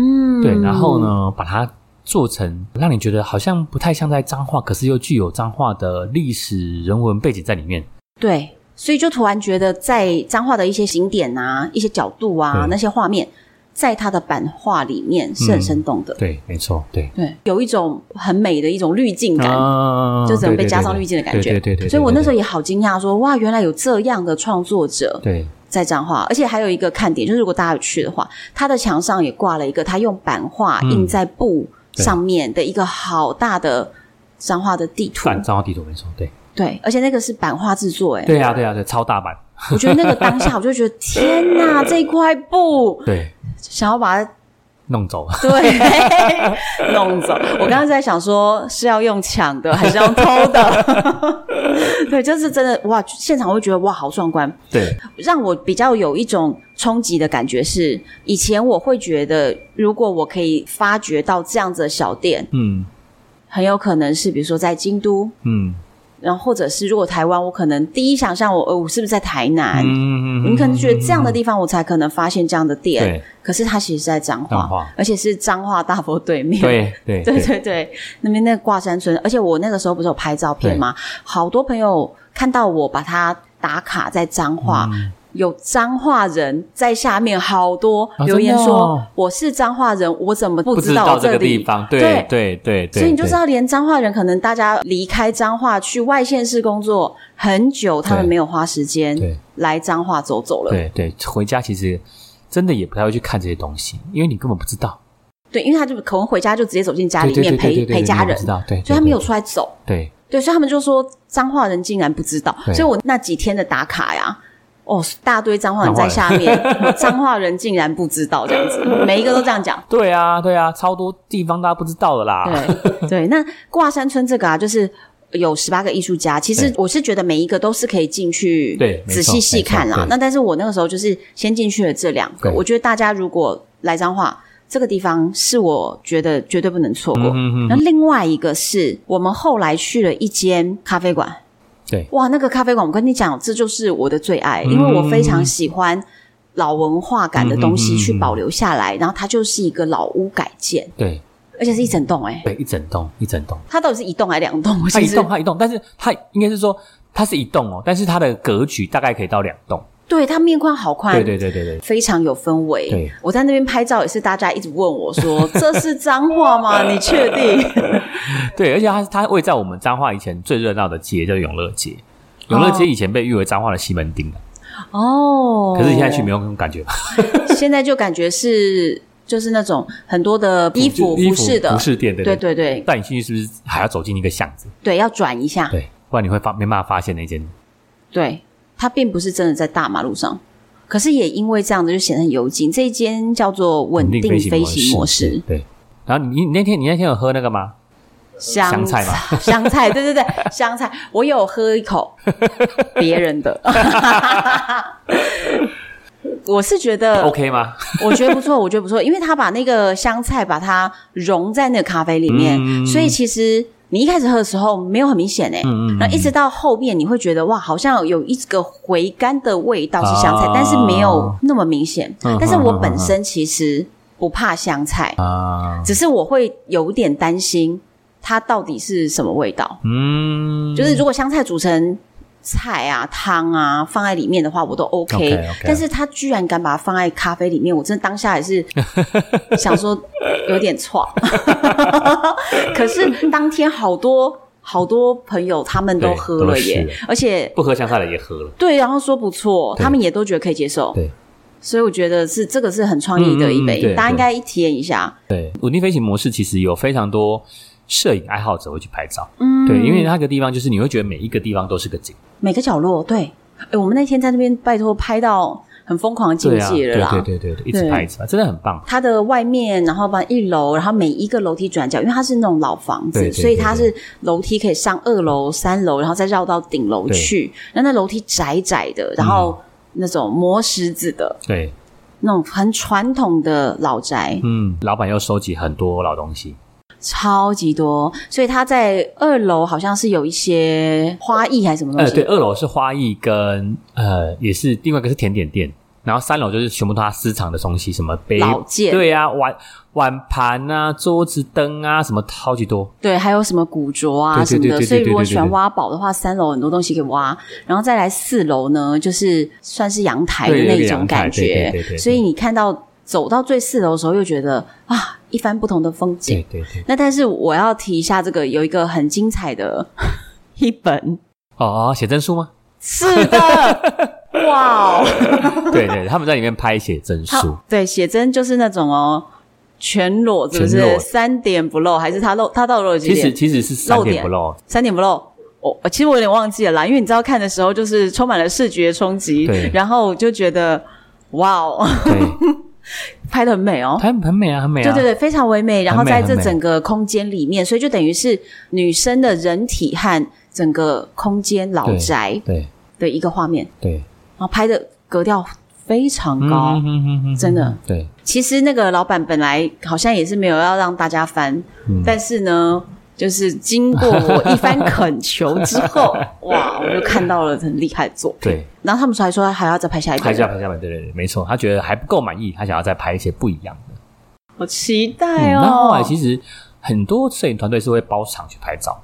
S1: 嗯
S2: 对，然后？呢，把它做成让你觉得好像不太像在彰化，可是又具有彰化的历史人文背景在里面。
S1: 对，所以就突然觉得，在彰化的一些景点啊、一些角度啊、
S2: 对
S1: 那些画面，在他的版画里面是很生动的，
S2: 对，没错，对，
S1: 对，有一种很美的一种滤镜感。
S2: 嗯啊
S1: 就只能被加上滤镜的感觉，
S2: 对对对对对对对对对
S1: 所以我那时候也好惊讶，说哇，原来有这样的创作者，
S2: 对，
S1: 在彰化，而且还有一个看点就是，如果大家有去的话，它的墙上也挂了一个它用版画印在布
S2: 嗯对
S1: 上面的一个好大的彰化的地图，
S2: 看彰化地图没错，对，
S1: 对，而且那个是版画制作、哎，
S2: 对啊，对啊，对，超大版，
S1: 我觉得那个当下我就 觉得天哪，这块布
S2: 对，
S1: 想要把它
S2: 弄走了，
S1: 对弄走。我刚刚在想说是要用抢的还是要偷的， 对，就是真的哇，现场会觉得哇好壮观，
S2: 对，
S1: 让我比较有一种冲击的感觉是，以前我会觉得如果我可以发掘到这样子的小店，
S2: 嗯
S1: 很有可能是比如说在京都。
S2: 嗯
S1: 然后，或者是如果台湾，我可能第一想象我，呃，我是不是在台南？
S2: 嗯
S1: 你可能觉得这样的地方，我才可能发现这样的店。
S2: 对
S1: 可是它其实是在彰化，
S2: 彰化
S1: 而且是彰化大佛对面。
S2: 对对
S1: 对对对，那边那个挂山村，而且我那个时候不是有拍照片吗？好多朋友看到我把它打卡在彰化。有彰化人在下面好多
S2: 啊
S1: 留言
S2: 真的
S1: 说
S2: 哦
S1: 我是彰化人，我怎么不
S2: 不知
S1: 道
S2: 道
S1: 这
S2: 这个
S1: 里？
S2: 地方，对对对对，
S1: 所以你就知
S2: 对
S1: 道，连彰化人可能大家离开彰化去外县市工作很久，他们
S2: 对
S1: 没有花时间
S2: 对
S1: 来彰化走走了。
S2: 对对，回家其实真的也不太会去看这些东西，因为你根本不知道，
S1: 对，因为他就可能回家就直接走进家
S2: 对
S1: 里
S2: 对对
S1: 面
S2: 对
S1: 陪
S2: 对对，
S1: 陪家
S2: 你不
S1: 人，
S2: 知
S1: 所
S2: 道，对，
S1: 以他没有
S2: 对
S1: 出来走。
S2: 对
S1: 对，所以他们就说彰化人竟然不知道，
S2: 对
S1: 所以我那几天的打卡呀，哦，大堆彰化人
S2: 彰
S1: 在
S2: 化人
S1: 下面， 彰化人竟然不知道这样子，每一个都这样讲。
S2: 对啊对啊，超多地方大家不知道的啦，
S1: 对对，那挂山村这个啊，就是。有十八个艺术家，其实
S2: 对
S1: 我是觉得每一个都是可以进去
S2: 对没
S1: 仔
S2: 错
S1: 细细看
S2: 没
S1: 啦
S2: 错。对
S1: 那但是我那个时候就是先进去了这两个，
S2: 对
S1: 我觉得大家如果来彰化这个地方，是我觉得绝对不能错过。
S2: 嗯
S1: 那另外一个是我们后来去了一间咖啡馆，
S2: 对
S1: 哇，那个咖啡馆，我跟你讲，这就是我的最爱，
S2: 嗯
S1: 因为我非常喜欢老文化感的东
S2: 嗯嗯
S1: 西
S2: 嗯嗯
S1: 去保留下来，然后它就是一个老屋改建，
S2: 对
S1: 而且是一整栋哎、
S2: 对，一整栋一整栋，
S1: 它到底是一栋还是两栋？我其
S2: 它啊一
S1: 实
S2: 栋它一栋，但是它应该是说它是一栋哦，但是它的格局大概可以到两栋，
S1: 对它面宽好宽，
S2: 对对对对对。
S1: 非常有氛围
S2: 对。
S1: 我在那边拍照也是，大家一直问我说：“这是脏话吗？你确定
S2: 对，而且它它位在我们彰化以前最热闹的街，叫永乐街。永乐街以前被誉为彰化的西门町、啊，？”
S1: 哦，
S2: 可是你现在去没有那种感觉吧？
S1: 现在就感觉是就是那种很多的衣服
S2: 衣
S1: 服饰的
S2: 服，饰店，对
S1: 对
S2: 对
S1: 对对
S2: 带你进去是不是还要走进一个巷子？
S1: 对，要转一下，
S2: 对，不然你会发没办法发现那间。
S1: 对，它并不是真的在大马路上，可是也因为这样子就显得很幽静。这一间叫做稳定
S2: 飞行
S1: 飞行模式，
S2: 对。然后你你那天你那天有喝那个吗？
S1: 香
S2: 香菜吗？
S1: 香菜，对 对对，香菜，我有喝一口别人的。 我是觉得，
S2: OK 吗？
S1: 我觉得不错，我觉得不错，因为他把那个香菜把它融在那个咖啡里面，
S2: 嗯
S1: 所以其实你一开始喝的时候没有很明显哎、
S2: 嗯嗯嗯
S1: 那一直到后面你会觉得哇，好像有一个回甘的味道是香菜，
S2: 啊
S1: 但是没有那么明显。
S2: 嗯
S1: 但是我本身其实不怕香菜，
S2: 啊，
S1: 只是我会有点担心它到底是什么味道。
S2: 嗯，
S1: 就是如果香菜煮成菜啊、汤啊放在里面的话，我都 OK。
S2: OK，OK
S1: 但是他居然敢把它放在咖啡里面，我真的当下也 是想说有点错。 可是当天好多好多朋友他们都
S2: 对
S1: 喝了耶
S2: 都试，
S1: 而且
S2: 不喝香菜的也喝了。
S1: 对，然后说不错，
S2: 对
S1: 他们也都觉得可以接受。
S2: 对。
S1: 所以我觉得是这个是很创意的一
S2: 嗯嗯嗯
S1: 杯，
S2: 对
S1: 大家应该体验一下。
S2: 对，稳定飞行模式其实有非常多摄影爱好者会去拍照。
S1: 嗯，
S2: 对，因为那个地方就是你会觉得每一个地方都是个景。
S1: 每个角落，对，哎，我们那天在那边拜托拍到很疯狂的境
S2: 对啊，
S1: 界
S2: 对
S1: 了啦，
S2: 对对对对，一直
S1: 对
S2: 拍一直拍，真的很棒。
S1: 它的外面，然后把一楼，然后每一个楼梯转角，因为它是那种老房子，
S2: 对对
S1: 所以它是楼梯可以上二楼、三楼，然后再绕到顶楼去。那那楼梯窄窄的，然后那种磨石子的、
S2: 对，
S1: 那种很传统的老宅，
S2: 嗯，老板又收集很多老东西，
S1: 超级多。所以它在二楼好像是有一些花艺还是什么东
S2: 呃，
S1: 西，
S2: 对，二楼是花艺跟呃，也是另外一个是甜点店，然后三楼就是全部都他私藏的东西，什么杯、
S1: 老件
S2: 对啊，碗碗盘啊，桌子灯啊，什么超级多，
S1: 对，还有什么古着啊
S2: 对对
S1: 什么
S2: 对
S1: 的，
S2: 对对
S1: 所以如果
S2: 对对对
S1: 喜欢挖宝的话，三楼很多东西可以挖，然后再来四楼呢，就是算是阳台的
S2: 对有一
S1: 那
S2: 个
S1: 种
S2: 阳台
S1: 感
S2: 对对
S1: 觉
S2: 对对，对
S1: 所以你看到走到最四楼的时候，又觉得啊，一番不同的风
S2: 对
S1: 景。
S2: 对对，
S1: 那但是我要提一下，这个有一个很精彩的一本，
S2: 哦，写真书吗？
S1: 是的， 哇哦，
S2: 对对，他们在里面拍写真书，
S1: 对，写真就是那种哦，全裸是不
S2: 全
S1: 是？
S2: 裸
S1: 三点不露，还是他露？他到底露了几
S2: 其实
S1: 点？
S2: 其实是三点不漏，
S1: 三点不露。我、哦、其实我有点忘记了啦，因为你知道看的时候就是充满了视觉冲击
S2: 对，
S1: 然后我就觉得哇哦，
S2: 对，
S1: 拍的很美哦。
S2: 很很美啊，很美
S1: 对
S2: 啊，
S1: 对对，非常唯美。然后
S2: 很美
S1: 在
S2: 很
S1: 这
S2: 美
S1: 整个空间里面，所以就等于是女生的人体和整个空间老
S2: 对
S1: 宅
S2: 对
S1: 的一个画面，
S2: 对，
S1: 然后拍的格调非常
S2: 嗯
S1: 高。
S2: 嗯嗯嗯嗯
S1: 真的
S2: 对，
S1: 其实那个老板本来好像也是没有要让大家翻，
S2: 嗯
S1: 但是呢，就是经过我一番恳求之 后，哇，我就看到了很厉害的作品。
S2: 对，
S1: 然后他们说还说还要再拍下一
S2: 拍
S1: 遍，
S2: 下拍下对对对，没错，他觉得还不够满意，他想要再拍一些不一样的。
S1: 好期待
S2: 嗯，
S1: 哦！
S2: 那后来其实很多摄影团队是会包场去拍照，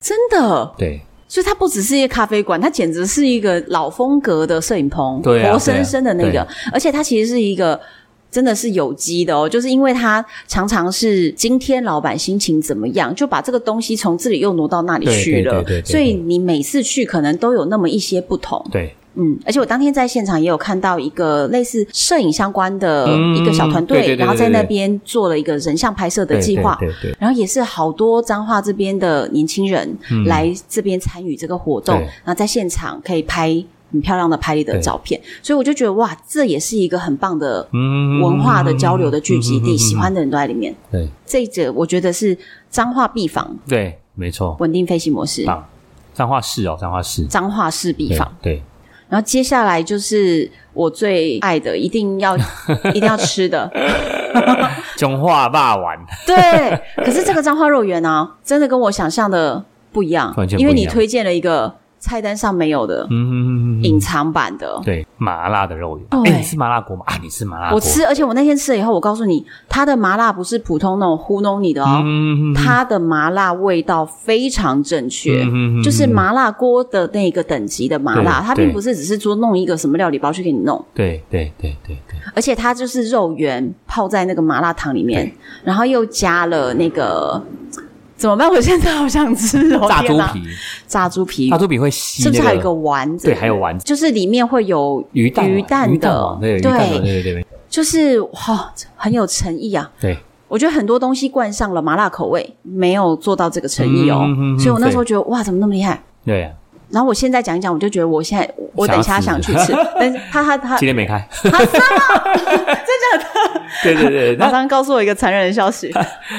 S1: 真的，
S2: 对
S1: 所以它不只是一个咖啡馆，它简直是一个老风格的摄影棚，
S2: 对啊
S1: 活生生的那
S2: 对
S1: 个
S2: 啊，
S1: 而且它其实是一个。真的是有机的哦，就是因为它常常是今天老板心情怎么样，就把这个东西从这里又挪到那里
S2: 对
S1: 去了，
S2: 对对对对对
S1: 所以你每次去可能都有那么一些不同，
S2: 对，
S1: 嗯，而且我当天在现场也有看到一个类似摄影相关的
S2: 嗯
S1: 一个小团
S2: 对
S1: 队，
S2: 对对
S1: 然后在
S2: 对对
S1: 那
S2: 对
S1: 边做了一个人像拍摄的
S2: 对
S1: 计划，
S2: 对对对
S1: 然后也是好多彰化这边的年轻人
S2: 嗯
S1: 来这边参与这个活动，
S2: 对
S1: 然后在现场可以拍很漂亮的拍立得照片，所以我就觉得哇，这也是一个很棒的
S2: 嗯
S1: 文化的交流的聚集地，
S2: 嗯嗯嗯嗯嗯
S1: 喜欢的人都在里面。
S2: 对
S1: 这一者我觉得是彰化必访
S2: 对，没错，
S1: 稳定飞行模式，
S2: 棒，彰化市哦，彰化市，
S1: 彰化市必
S2: 对
S1: 访。
S2: 对，
S1: 然后接下来就是我最爱的，一定 要一定要吃的，
S2: 中化霸丸，
S1: 对。可是这个彰化肉圆啊，真的跟我想象的不一样，
S2: 完全不一样
S1: 因为你推荐了一个菜单上没有的
S2: 嗯嗯嗯嗯
S1: 隐
S2: 嗯，
S1: 藏版的。
S2: 对，麻辣的肉圆，
S1: 对
S2: 哎，你吃麻辣锅吗？啊，你吃麻辣锅，
S1: 我吃，而且我那天吃了以后，我告诉你，它的麻辣不是普通那种糊弄你的哦，
S2: 嗯，嗯嗯嗯
S1: 它的麻辣味道非常正确，
S2: 嗯嗯嗯嗯
S1: 就是麻辣锅的那个等级的麻辣，
S2: 对
S1: 它并
S2: 对
S1: 不是只是说弄一个什么料理包去给你弄，
S2: 对对对对对，
S1: 而且它就是肉圆泡在那个麻辣汤里面，然后又加了那个怎么办？我现在好想吃哦，
S2: 炸
S1: 天
S2: 猪
S1: 哪，
S2: 皮，
S1: 炸猪皮
S2: 炸猪皮会吸
S1: 是
S2: 那
S1: 不
S2: 个，
S1: 是还有一个丸子？
S2: 对，还有丸子。
S1: 就是里面会有
S2: 鱼蛋丸，
S1: 鱼蛋
S2: 鱼蛋
S1: 的
S2: 丸对，鱼
S1: 对
S2: 蛋丸对对对
S1: 就是哇，很有诚意啊！
S2: 对，
S1: 我觉得很多东西冠上了麻辣口味，没有做到这个诚意哦，
S2: 嗯嗯嗯嗯
S1: 所以我那时候觉得哇，怎么那么厉害？
S2: 对呀，
S1: 然后我现在讲一讲，我就觉得我现在我我等一下
S2: 想
S1: 想
S2: 要
S1: 去
S2: 吃
S1: 吃，但是他他 他
S2: 今天没开，
S1: 他上
S2: 对对对，
S1: 马
S2: 那
S1: 上告诉我一个残忍的消 息，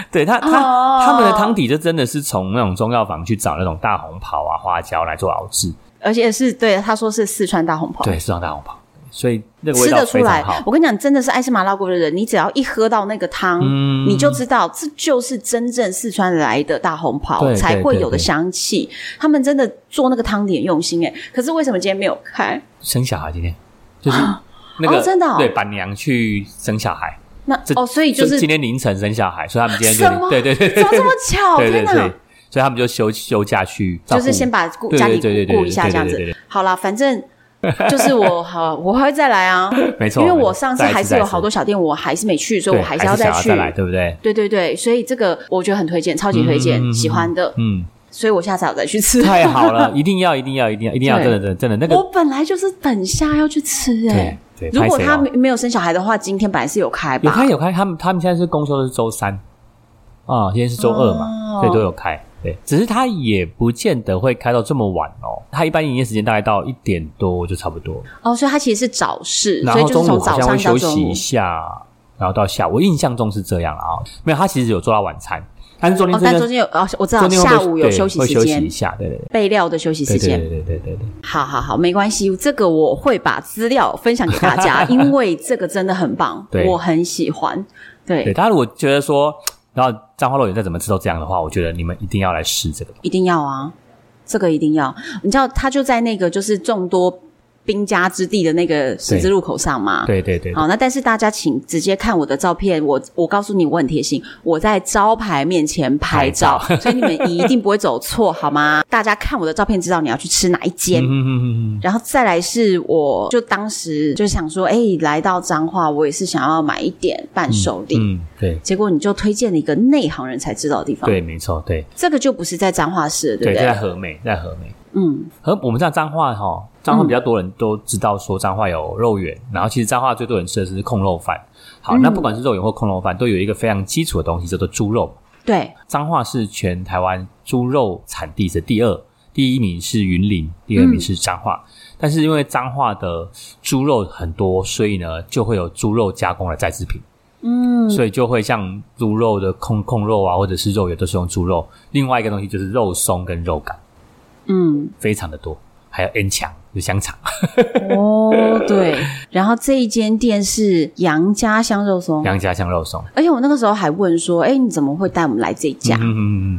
S2: 对他
S1: 哦
S2: 他他们的汤底就真的是从那种中药房去找那种大红袍啊、花椒来做熬制，
S1: 而且是对他说是四川大红袍，
S2: 对，是让大红袍，所以那个味
S1: 哦吃
S2: 道
S1: 得出
S2: 非常
S1: 来
S2: 好。。
S1: 我跟你讲，真的是爱吃麻辣锅的人，你只要一喝到那个汤，
S2: 嗯
S1: 你就知道这就是真正四川来的大红袍
S2: 对对
S1: 才会有的
S2: 对对
S1: 香气。他们真的做那个汤底很用心哎，可是为什么今天没有开？
S2: 生小孩今天就是那个
S1: 哦真的哦
S2: 对板娘去生小孩，
S1: 那
S2: 这
S1: 哦，所以就是
S2: 今天凌晨生小孩，所以他们今天
S1: 什么
S2: 就对对对
S1: 怎么这 么巧？
S2: 对
S1: 天
S2: 对对，
S1: 哪！
S2: 所以他们就休休假去照
S1: 就
S2: 顾，
S1: 是先把顾
S2: 对对
S1: 家里
S2: 对对
S1: 顾
S2: 对
S1: 顾一下
S2: 对对
S1: 这样子
S2: 对对。
S1: 好啦，反正就是 我好，我还会再来啊，
S2: 没错，
S1: 因为
S2: 没错
S1: 我上次
S2: 再一
S1: 还是
S2: 再一
S1: 有
S2: 次
S1: 好多小店我还是没去，所以
S2: 对
S1: 我还是要再
S2: 想要
S1: 去。
S2: 来，对不对？
S1: 对对对，所以这个我觉得很推荐，超级推荐，
S2: 嗯嗯嗯嗯
S1: 喜欢的，
S2: 嗯，
S1: 所以我下次还要再去吃。
S2: 太好了，一定要，一定要，一定要，一定要，
S1: 对
S2: 真的，真的，真啊的，那
S1: 我
S2: 个
S1: 本来就是等下要去吃哎、
S2: 对对，
S1: 如果
S2: 拍谁
S1: 他
S2: 哦
S1: 没没有生小孩的话，今天本来是有开吧？
S2: 有开有开，他们他们现在是公休的是周三啊，今天是周二
S1: 哦
S2: 嘛，所以都有开。对，只是他也不见得会开到这么晚哦，他一般营业时间大概到一点多就差不多，
S1: 哦，所以他其实是早市，
S2: 然
S1: 所以
S2: 后
S1: 就
S2: 中
S1: 是
S2: 午
S1: 从早
S2: 好像会
S1: 上到
S2: 休
S1: 中
S2: 息
S1: 午
S2: 一。下，然后到下午，我印象中是这样啊、没有，他其实有做到晚餐，但是中间
S1: 哦，
S2: 真
S1: 但
S2: 的、
S1: 中间有哦，我知道
S2: 中间会
S1: 下午有
S2: 对
S1: 休息
S2: 会
S1: 时
S2: 休息
S1: 间
S2: 一，下，对对对
S1: 备料的休息时
S2: 对对
S1: 间。
S2: 对对对对对，
S1: 好好好，没关系，这个我会把资料分享给大 家，因为这个真的很棒，
S2: 对
S1: 我很喜欢。对，
S2: 对，大家如果觉得说，然后彰化肉圆再怎么吃都这样的话，我觉得你们一定要来试这个。
S1: 一定要啊，这个一定要。你知道，他就在那个就是众多兵家之地的那个十字路口上嘛。
S2: 对对对，
S1: 好，那但是大家请直接看我的照片，我我告诉你，我很贴心，我在招牌面前拍照，
S2: 拍
S1: 所以你们一定不会走错，好吗？大家看我的照片，知道你要去吃哪一间。
S2: 嗯嗯嗯嗯
S1: 然后再来是，我就当时就想说，哎、来到彰化，我也是想要买一点伴手礼。
S2: 嗯，嗯对
S1: 结果你就推荐了一个内行人才知道的地方，
S2: 对，没错，对
S1: 这个就不是在彰化市了，对
S2: 哦对，
S1: 不
S2: 啊在和美，在和美，
S1: 嗯，
S2: 和我们知道彰化哈，彰化比较多人都知道说彰化有肉圆，然后其实彰化最多人吃的是控肉饭。好，那不管是肉圆或控肉饭，都有一个非常基础的东西叫做猪肉。
S1: 对，
S2: 彰化是全台湾猪肉产地是第二，第一名是云林，第二名是彰化。但是因为彰化的猪肉很多，所以呢就会有猪肉加工的再制品，
S1: 嗯，
S2: 所以就会像猪肉的控控肉啊，或者是肉也都是用猪肉。另外一个东西就是肉松跟肉干，
S1: 嗯，
S2: 非常的多，还有 N 强有香肠。
S1: 哦，对。然后这一间店是杨家香肉松，
S2: 杨家香肉松，
S1: 而且我那个时候还问说，哎，你怎么会带我们来这一家？
S2: 嗯嗯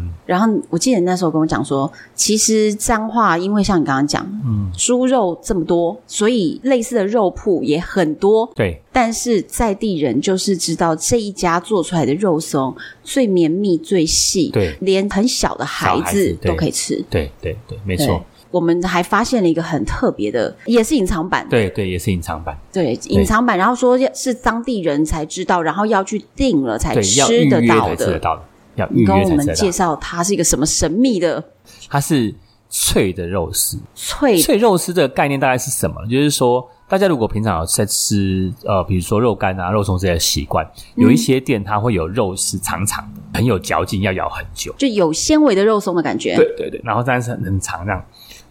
S2: 嗯
S1: 然后我记得你那时候跟我讲说，其实彰化因为像你刚刚讲，
S2: 嗯，
S1: 猪肉这么多，所以类似的肉铺也很多。
S2: 对，
S1: 但是在地人就是知道这一家做出来的肉松最绵密、最细，
S2: 对
S1: 连很小的孩
S2: 小孩
S1: 子
S2: 子对
S1: 都可以吃。
S2: 对对对，没
S1: 对
S2: 错，
S1: 我们还发现了一个很特别的，也是隐藏版，
S2: 对对，也是隐藏版，
S1: 对隐藏版，然后说是当地人才知道，然后要去订了才
S2: 对，要
S1: 吃
S2: 预
S1: 得
S2: 约
S1: 到
S2: 才吃得
S1: 的。
S2: 到的，要预
S1: 你跟
S2: 约
S1: 我
S2: 才吃
S1: 们
S2: 得
S1: 介
S2: 到。
S1: 绍它是一个什么神秘的
S2: 它是脆的肉丝，
S1: 脆
S2: 脆肉丝的概念大概是什么？就是说，大家如果平常有在吃呃，比如说肉干啊、肉松这些习惯，有一些店它会有肉丝长长的，很有嚼劲，要咬很久。
S1: 就有纤维的肉松的感觉。
S2: 对对对，然后但是很很长这样，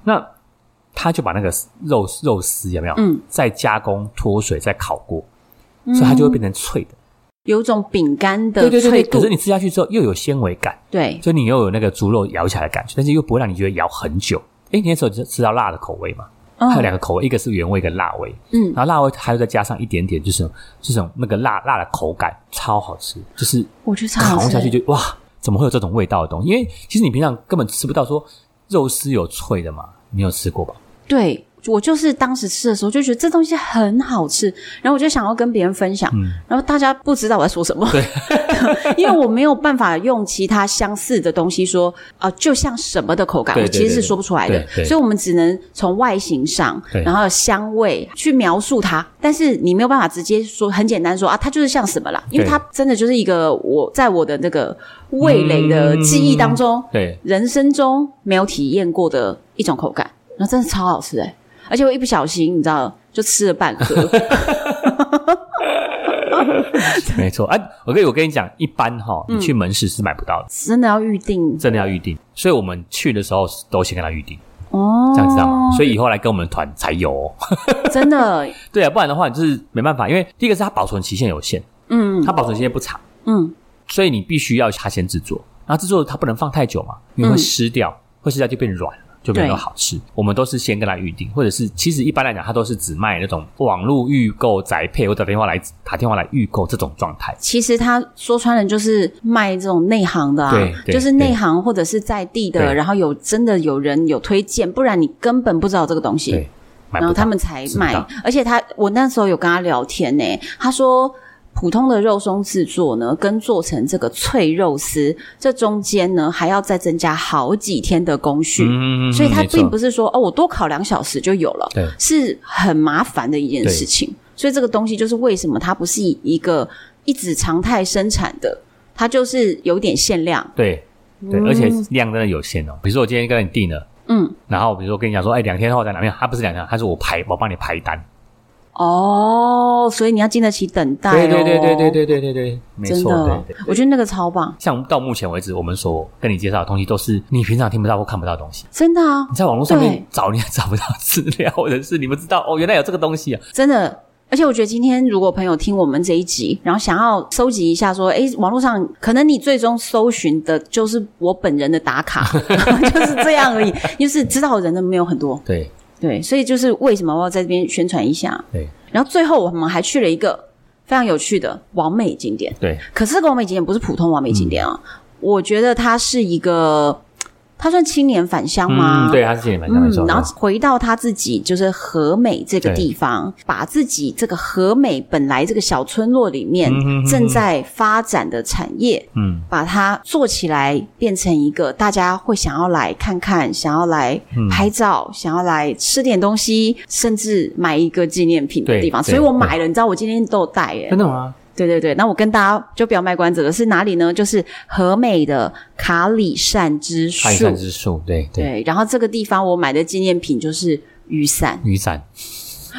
S2: 那他就把那个肉肉丝有没有？
S1: 嗯，
S2: 再加工脱水再烤过，所以它就会变成脆的。
S1: 有一种饼干的
S2: 对对对
S1: 脆
S2: 对，
S1: 度
S2: 可是。你吃下去之后又有纤维感，
S1: 对，
S2: 所以你又有那个猪肉咬起来的感觉，但是又不会让你觉得咬很久。诶，你那时候吃到辣的口味嘛？
S1: 嗯
S2: 还有两个口味，一个是原味，一个辣味。
S1: 嗯
S2: 然后辣味还有再加上一点点，就是这种那个辣辣的口感，超好吃。就是
S1: 我觉得超好
S2: 烤
S1: 吃
S2: 下去就哇，怎么会有这种味道的东西？因为其实你平常根本吃不到说肉丝有脆的嘛，你有吃过吧？
S1: 对我就是当时吃的时候就觉得这东西很好吃，然后我就想要跟别人分享，
S2: 嗯
S1: 然后大家不知道我在说什么， 因为我没有办法用其他相似的东西说啊、就像什么的口感，
S2: 对
S1: 我
S2: 对
S1: 其实是
S2: 对
S1: 说不出来的
S2: 对，对
S1: 所以我们只能从外形上，
S2: 对
S1: 然后香味去描述它，但是你没有办法直接说很简单说啊，它就是像什么啦，因为
S2: 对
S1: 它真的就是一个我在我的那个味蕾
S2: 嗯
S1: 的记忆当中，
S2: 对，
S1: 人生中没有体验过的一种口感，然后真的超好吃哎、而且我一不小心，你知道，就吃了半 颗。
S2: 没错。哎、我跟我跟你讲，一般哈、你去门市是买不到的，
S1: 真的要预定
S2: 真的要预定。所以我们去的时候都先跟他预定，
S1: 哦，
S2: 这样知道吗？所以以后来跟我们团才有、哦。
S1: 真的，
S2: 对啊，不然的话就是没办法，因为第一个是它保存期限有限，
S1: 嗯
S2: 它保存期限不长，
S1: 嗯，
S2: 所以你必须要它先制作，然后制作它不能放太久嘛，因为会湿掉，
S1: 嗯
S2: 会湿掉就变软了。就没有好吃。我们都是先跟他预定，或者是其实一般来讲，它都是只卖那种网络预购宅配，或者打电话来打电话来预购这种状态。
S1: 其实他说穿了就是卖这种内行的啊
S2: 对，对
S1: 就是内行或者是在地的，
S2: 对
S1: 然后有真的有人有推荐，不然你根本不知道这个东西。
S2: 对，买
S1: 然
S2: 不
S1: 后
S2: 到
S1: 他们才
S2: 知不
S1: 卖
S2: 到。
S1: 而且他，我那时候有跟他聊天呢、他说普通的肉松制作呢，跟做成这个脆肉丝，这中间呢还要再增加好几天的工序。
S2: 嗯
S1: 所以它并不
S2: 是
S1: 是说哦，我多烤两小时就有了
S2: 对，
S1: 是很麻烦的一件事情。所以这个东西就是为什么它不是一个一直常态生产的，它就是有点限量。
S2: 对对，而且量真的有限哦。比如说我今天跟你订了，
S1: 嗯，
S2: 然后比如说跟你讲说，哎，两天后再拿，没有，他不是两天后，他说我排，我帮你排单。
S1: 哦，所以你要经得起等待、哦。
S2: 对对对对对对对对对，没
S1: 真
S2: 错，
S1: 的
S2: 对对。，
S1: 我觉得那个超棒，
S2: 像到目前为止，我们所跟你介绍的东西，都是你平常听不到或看不到的东西。
S1: 真的啊
S2: 你，在网络上
S1: 对
S2: 面找，你也找不到资料，或者是你不知道哦，原来有这个东西啊。
S1: 真的。而且我觉得今天如果朋友听我们这一集，然后想要收集一下说，诶，网络上可能你最终搜寻的就是我本人的打卡， 就是这样而已，就是知道的人的没有很多，
S2: 对
S1: 对，所以就是为什么我要在这边宣传一下。
S2: 对
S1: 然后最后我们还去了一个非常有趣的完美景点，
S2: 对，
S1: 可是这个完美景点不是普通完美景点啊，
S2: 嗯
S1: 我觉得它是一个，它算青年返乡吗？
S2: 嗯，对，它是也蛮像没错
S1: 嗯，。然后回到他自己就是和美这个
S2: 对
S1: 地方，把自己这个和美本来这个小村落里面
S2: 嗯哼嗯哼
S1: 正在发展的产业，
S2: 嗯，
S1: 把它做起来，变成一个大家会想要来看看，想要来
S2: 嗯
S1: 拍照，想要来吃点东西，甚至买一个纪念品的
S2: 对
S1: 地方。所
S2: 对
S1: 以我
S2: 对
S1: 买了，你知道我今天都有带耶、
S2: 真的吗？
S1: 对对对，那我跟大家就不要卖关子了，是哪里呢？就是和美的卡里善之树
S2: 爱。山之树，对对，
S1: 对，然后这个地方我买的纪念品就是雨伞。
S2: 雨伞。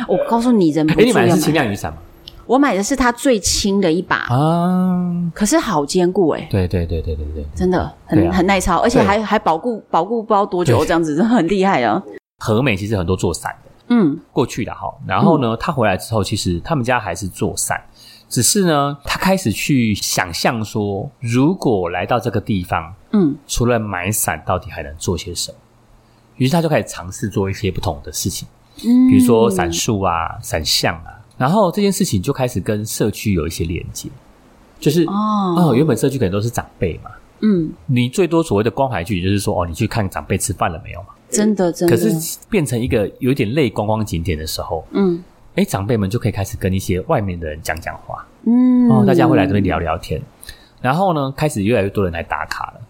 S1: 我告诉你，嗯忍不
S2: 哎，你
S1: 住
S2: 买的
S1: 要
S2: 是轻
S1: 买。
S2: 量雨伞吗？
S1: 我买的是它最轻的一把，
S2: 啊，
S1: 可是好坚固哎、
S2: 对对对对对对，
S1: 真的很、
S2: 对啊
S1: 很耐操，而且
S2: 对
S1: 还还保固保固不知道多久，
S2: 对
S1: 这样子真的很厉害啊。
S2: 和美其实很多做伞的，
S1: 嗯，
S2: 过去的哈。然后呢，他回来之后，其实他们家还是做伞，只是呢，他开始去想象说，如果来到这个地方，
S1: 嗯，
S2: 除了买伞，到底还能做些什么？于是他就开始尝试做一些不同的事情，
S1: 嗯
S2: 比如说伞树啊、伞像啊。然后这件事情就开始跟社区有一些连接，就是
S1: 哦
S2: 哦，原本社区可能都是长辈嘛，
S1: 嗯，
S2: 你最多所谓的关怀距离就是说，哦，你去看长辈吃饭了没有嘛？
S1: 真的真
S2: 可
S1: 的，
S2: 是变成一个有点类观光景点的时候，
S1: 嗯
S2: 哎，长辈们就可以开始跟一些外面的人讲讲话，
S1: 嗯、
S2: 哦，大家会来这边聊聊天，然后呢，开始越来越多人来打卡了，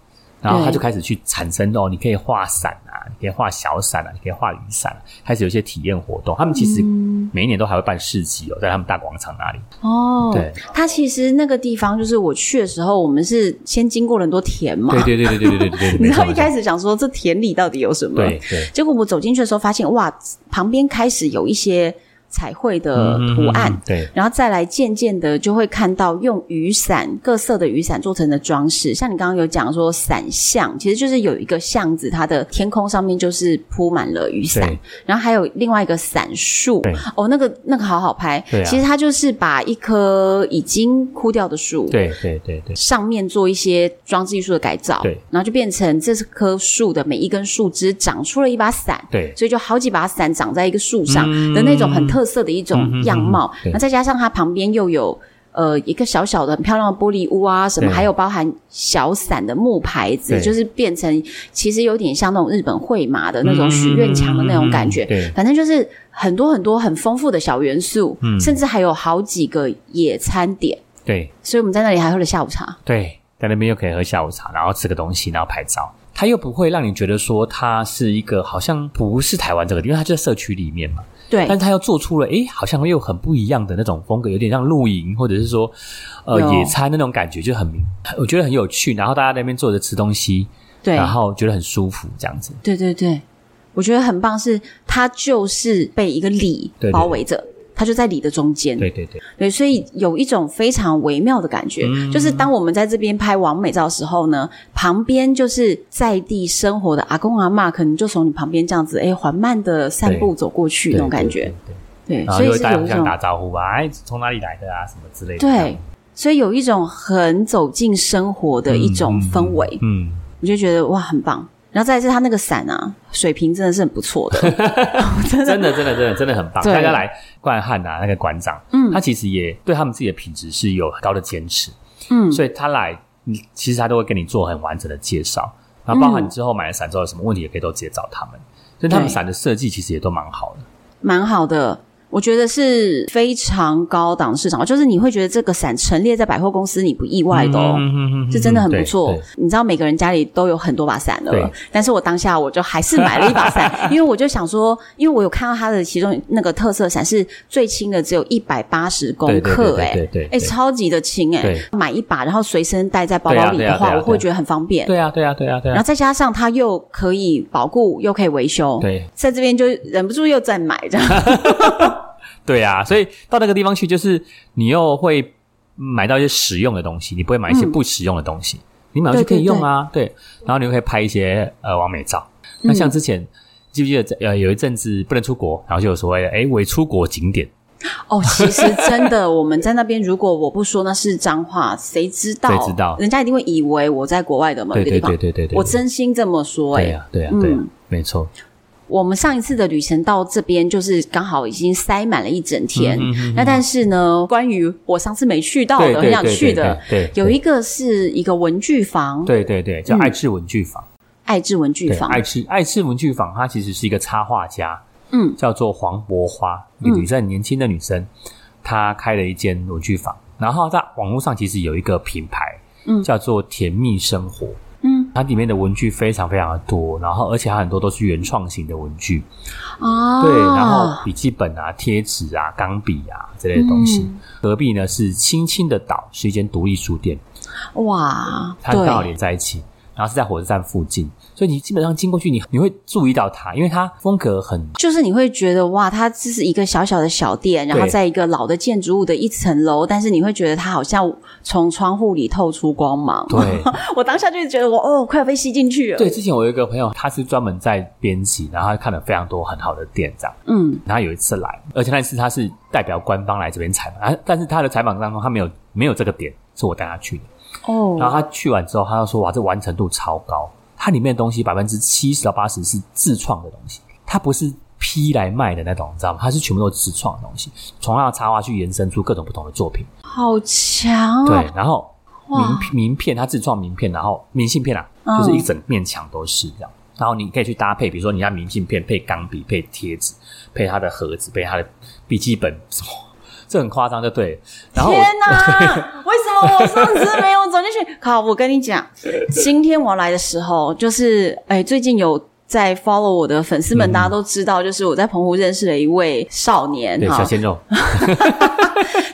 S2: 然后
S1: 对
S2: 他就开始去产生哦，你可以画伞啊，你可以画小伞啊，你可以画雨伞、啊，开始有一些体验活动。他们其
S1: 嗯
S2: 实每一年都还会办市集哦，在他们大广场那里，
S1: 哦，
S2: 对，
S1: 它其实那个地方就是我去的时候，我们是先经过了很多田嘛，
S2: 对对对对对对 对
S1: 你知道一开
S2: 始
S1: 始想说这田里到底有什么？
S2: 对对
S1: 结果我走进去的时候，发现哇，旁边开始有一些彩绘
S2: 嗯
S1: 的呃图案，
S2: 对
S1: 然后再来渐渐的就会看到用雨伞各色的雨伞做成的装饰，像你刚刚有讲说伞巷，其实就是有一个巷子，它的天空上面就是铺满了雨伞
S2: 对，
S1: 然后还有另外一个伞树
S2: 对，
S1: 哦，那个那个好好拍，
S2: 对啊
S1: 其实它就是把一棵已经枯掉的树，
S2: 对对对对，
S1: 上面做一些装置艺术的改造，
S2: 对，
S1: 然后就变成这棵树的每一根树枝长出了一把伞，
S2: 对
S1: 所以就好几把伞长在一个树上
S2: 嗯
S1: 的那种很特色的一种样貌
S2: 嗯嗯嗯嗯。对
S1: 那再加上它旁边又有呃一个小小的很漂亮的玻璃屋啊，什么
S2: 对
S1: 还有包含小伞的木牌子，
S2: 对
S1: 就是变成其实有点像那种日本绘马的那种许愿墙的那种感觉。
S2: 嗯嗯嗯嗯嗯对
S1: 反正就是很多很多很丰富的小元素，
S2: 嗯
S1: 甚至还有好几个野餐点。
S2: 对。
S1: 所以我们在那里还喝了下午茶。
S2: 对，在那边又可以喝下午茶，然后吃个东西，然后拍照。它又不会让你觉得说它是一个好像不是台湾这个地方，因为它就在社区里面嘛。
S1: 对，
S2: 但它又做出了诶，好像又很不一样的那种风格，有点像露营或者是说呃
S1: 有
S2: 野餐那种感觉，就很明，我觉得很有趣。然后大家在那边坐着吃东西，
S1: 对，
S2: 然后觉得很舒服，这样子。
S1: 对对对，我觉得很棒是，它就是被一个里
S2: 对对
S1: 包围着。它就在里的中间，
S2: 对对对，
S1: 对所以有一种非常微妙的感觉，
S2: 嗯
S1: 就是当我们在这边拍完美照的时候呢，旁边就是在地生活的阿公阿嬷，可能就从你旁边这样子，哎，缓慢的散步走过去那种感觉，
S2: 对。对对
S1: 对，
S2: 然后
S1: 所以
S2: 又
S1: 是
S2: 大家
S1: 有
S2: 互
S1: 一
S2: 相打
S1: 种
S2: 招呼啊，哎，从哪里来的啊，什么之类的。
S1: 对，所以有一种很走进生活的一种氛围，
S2: 嗯，
S1: 我就觉得哇，很棒。然后再来是它那个伞啊，水平真的是很不错的， 真 的
S2: 真的，真的，真的，真的很棒！
S1: 对
S2: 大家来冠汉啊，那个馆长，嗯，他其实也对他们自己的品质是有很高的坚持，
S1: 嗯
S2: 所以他来，你其实他都会跟你做很完整的介绍，然后包含你之后买了伞之后有什么问题，也可以都直接找他们。所以他们
S1: 对
S2: 伞的设计其实也都蛮好的，
S1: 蛮好的。我觉得是非常高档市场，就是你会觉得这个伞陈列在百货公司，你不意外的哦，
S2: 嗯
S1: 这真的很不错
S2: 对对。
S1: 你知道每个人家里都有很多把伞了
S2: 对，
S1: 但是我当下我就还是买了一把伞， 因为我就想说，因为我有看到它的其中那个特色伞是最轻的，只有一百八十公
S2: 对对
S1: 克，
S2: 对
S1: 哎
S2: 对对
S1: 哎，
S2: 对
S1: 超级的轻哎、
S2: 对
S1: 买一把然后随身带在包包里
S2: 对
S1: 的
S2: 啊对啊
S1: 话，
S2: 对啊
S1: 我会觉得很方便。
S2: 对啊，对啊，对啊，对
S1: 然后
S2: 啊，
S1: 再加上它又可以保固，又可以维修，
S2: 对
S1: 在这边就忍不住又再买这样。
S2: 对啊！所以到那个地方去，就是你又会买到一些实用的东西，你不会买一些不实用的东西。
S1: 嗯
S2: 你买回去可以用啊，对，然后你又可以拍一些呃完美照。那像之前呃
S1: 嗯
S2: 记不记得在呃有一阵子不能出国，然后就有所谓的哎伪出国景点，
S1: 哦，其实真的，我们在那边，如果我不说那是脏话，谁知道？
S2: 谁知道
S1: 人家一定会以为我在国外的某
S2: 对
S1: 一个
S2: 对
S1: 地方。
S2: 对对对对，
S1: 哦我真心这么说、
S2: 对啊
S1: 欸，
S2: 呀对呀对呀
S1: 嗯，
S2: 没错，
S1: 我们上一次的旅程到这边，就是刚好已经塞满了一整天。
S2: 嗯嗯嗯嗯
S1: 那但是呢，关于我上次没去到
S2: 对
S1: 的，很
S2: 对
S1: 想
S2: 对
S1: 去
S2: 对
S1: 的，
S2: 对，对
S1: 有一个嗯是一个文具房，
S2: 对对对叫爱智文具坊，
S1: 爱智文具
S2: 对
S1: 房，
S2: 爱智爱智文具坊，它其实是一个插画家，
S1: 嗯，
S2: 叫做黄博花，一个女生年轻的女生，她开了一间文具坊，然后在网络上其实有一个品牌，
S1: 嗯
S2: 叫做甜蜜生活，
S1: 嗯，
S2: 它里面的文具非常非常的多，然后而且它很多都是原创型的文具，
S1: 啊，
S2: 对，然后笔记本啊、贴纸啊、钢笔啊这类的东西。
S1: 嗯
S2: 隔壁呢是青青的岛，是一间独立书店，
S1: 哇，
S2: 它刚好
S1: 对，
S2: 连在一起，然后是在火车站附近，所以你基本上经过去你，你会注意到它，因为它风格很
S1: 就是你会觉得哇，它这是一个小小的小店，然后
S2: 对
S1: 在一个老的建筑物的一层楼，但是你会觉得它好像从窗户里透出光芒。
S2: 对。
S1: 我当下就觉得我哦，快要被吸进去了。
S2: 对，，之前我有一个朋友，他是专门在编辑，然后他看了非常多很好的店这样。
S1: 嗯，
S2: 然后有一次来，而且那次他是代表官方来这边采访，啊但是他的采访当中他没有没有这个点，是我带他去的。然
S1: 哦，
S2: 后他去完之后，他就说：“哇，这完成度超高，它里面的东西百分之七十到八十是自创的东西，它不是批来卖的那种，你知道吗？它是全部都是自创的东西，从那插画去延伸出各种不同的作品。
S1: 好强哦！
S2: 对，然后名
S1: 哇
S2: 片名片，他自创名片，然后明信片啊，
S1: 嗯
S2: 就是一整面墙都是这样。然后你可以去搭配，比如说你要明信片配钢笔、配贴纸、配他的盒子、配他的笔记本，什么这很夸张，就对了。然后我
S1: 天 哪！为什么我上次没有走进去？好，我跟你讲，今天我来的时候，就是哎，最近有在 follow 我的粉丝
S2: 嗯
S1: 们，大家都知道，就是我在澎湖认识了一位少年
S2: 对小鲜肉，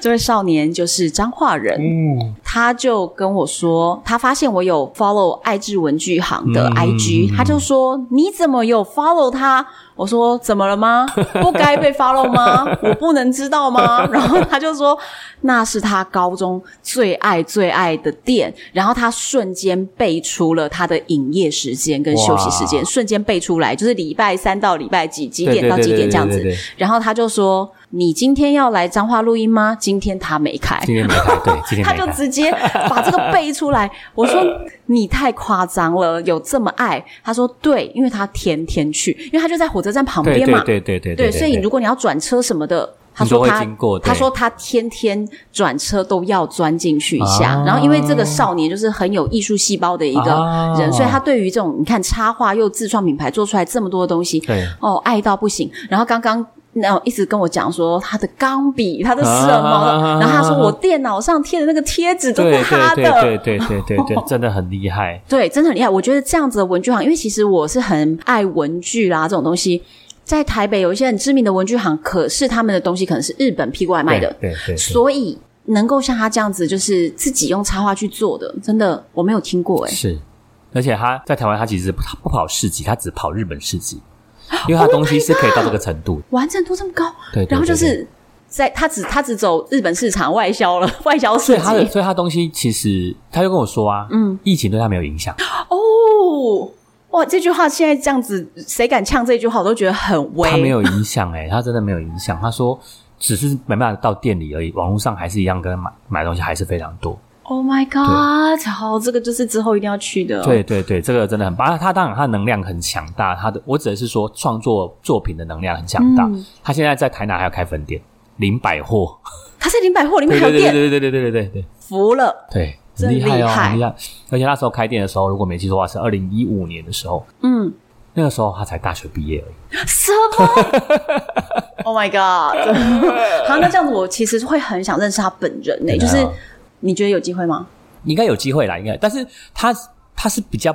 S1: 这位少年就是彰化人，
S2: 嗯，
S1: 他就跟我说，他发现我有 follow 爱智文具行的
S2: 嗯
S1: IG，、他就说你怎么有 follow 他？我说怎么了 吗？不该被 follow 吗？我不能知道吗？ 然后他就说那是他高中最爱最爱的店，然后他瞬间背出了他的营业时间跟休息时间，
S2: 哇
S1: 瞬间背出来，就是礼拜三到礼拜几几
S2: 对
S1: 点
S2: 对
S1: 到
S2: 对
S1: 几
S2: 对
S1: 点
S2: 对
S1: 这样
S2: 对
S1: 子。
S2: 对，
S1: 然后他就说：“你今天要来彰化录音吗？”今天他没开，
S2: 今天没开，对，今天
S1: 他
S2: 没
S1: 就
S2: 开。
S1: 直接把这个背出来。我说你太夸张了，有这么爱？他说对，因为他天天去，因为他就在火车站旁
S2: 对
S1: 边
S2: 对
S1: 嘛。
S2: 对对对
S1: 对所以如果你要转车什么的，他说
S2: 都会
S1: 他
S2: 经过对
S1: 他说他天天转车都要钻进去一下。
S2: 啊
S1: 然后因为这个少年就是很有艺术细胞的一个人，
S2: 啊
S1: 所以他对于这种你看插画又自创品牌做出来这么多的东西，
S2: 对
S1: 哦，爱到不行。然后刚刚。那一直跟我讲说他的钢笔，他的什么的，
S2: 啊
S1: 然后他说我电脑上贴的那个贴纸都
S2: 对
S1: 是他的，
S2: 对对对对对对对，真的很厉害。
S1: 对，真的很厉害。我觉得这样子的文具行，因为其实我是很爱文具啦这种东西，在台北有一些很知名的文具行，可是他们的东西可能是日本批过来卖的，
S2: 对对对对，
S1: 所以能够像他这样子，就是自己用插画去做的，真的我没有听过哎、
S2: 是。而且他在台湾，他其实不不跑市集，他只跑日本市集，因为他东西是可以到这个程度。
S1: 完成度这么高，
S2: 对
S1: 啊
S2: 对对
S1: 哦然后就是在他只他只走日本市场外销了， 外销市
S2: 所以他的，
S1: 集
S2: 所以他东西其实，他就跟我说啊，
S1: 嗯，
S2: 疫情对他没有 影响，
S1: 哦。哇，这句话现在这样子，谁敢呛这句话，我都觉得很威。
S2: 他没有影响，哎，他真的没有影响。他说只是没办法到店里而已，网络上还是一样跟他买买东西还是非常多。
S1: Oh my god！好，这个就是之后一定要去的。
S2: 对对对，这个真的很棒。啊他当然他能量很强大，他的我只能是说创作作品的能量很强大。
S1: 嗯
S2: 他现在在台南还要开分店，林百货，
S1: 他在林百货里面
S2: 对
S1: 还
S2: 对
S1: 有
S2: 对
S1: 店，
S2: 对对对对对对对
S1: 服了。
S2: 对，
S1: 真
S2: 很厉害
S1: 厉
S2: 哦，
S1: 害
S2: 很厉害。而且那时候开店的时候，如果没记错的话，是二零一五年的时候，
S1: 嗯，
S2: 那个时候他才大学毕业而已。
S1: 什 么？Oh my god！好， 那这样子我其实会很想认识他本人呢、
S2: 对啊
S1: 就是你觉得有机会吗？
S2: 应该有机会啦，应该。但是他他是比较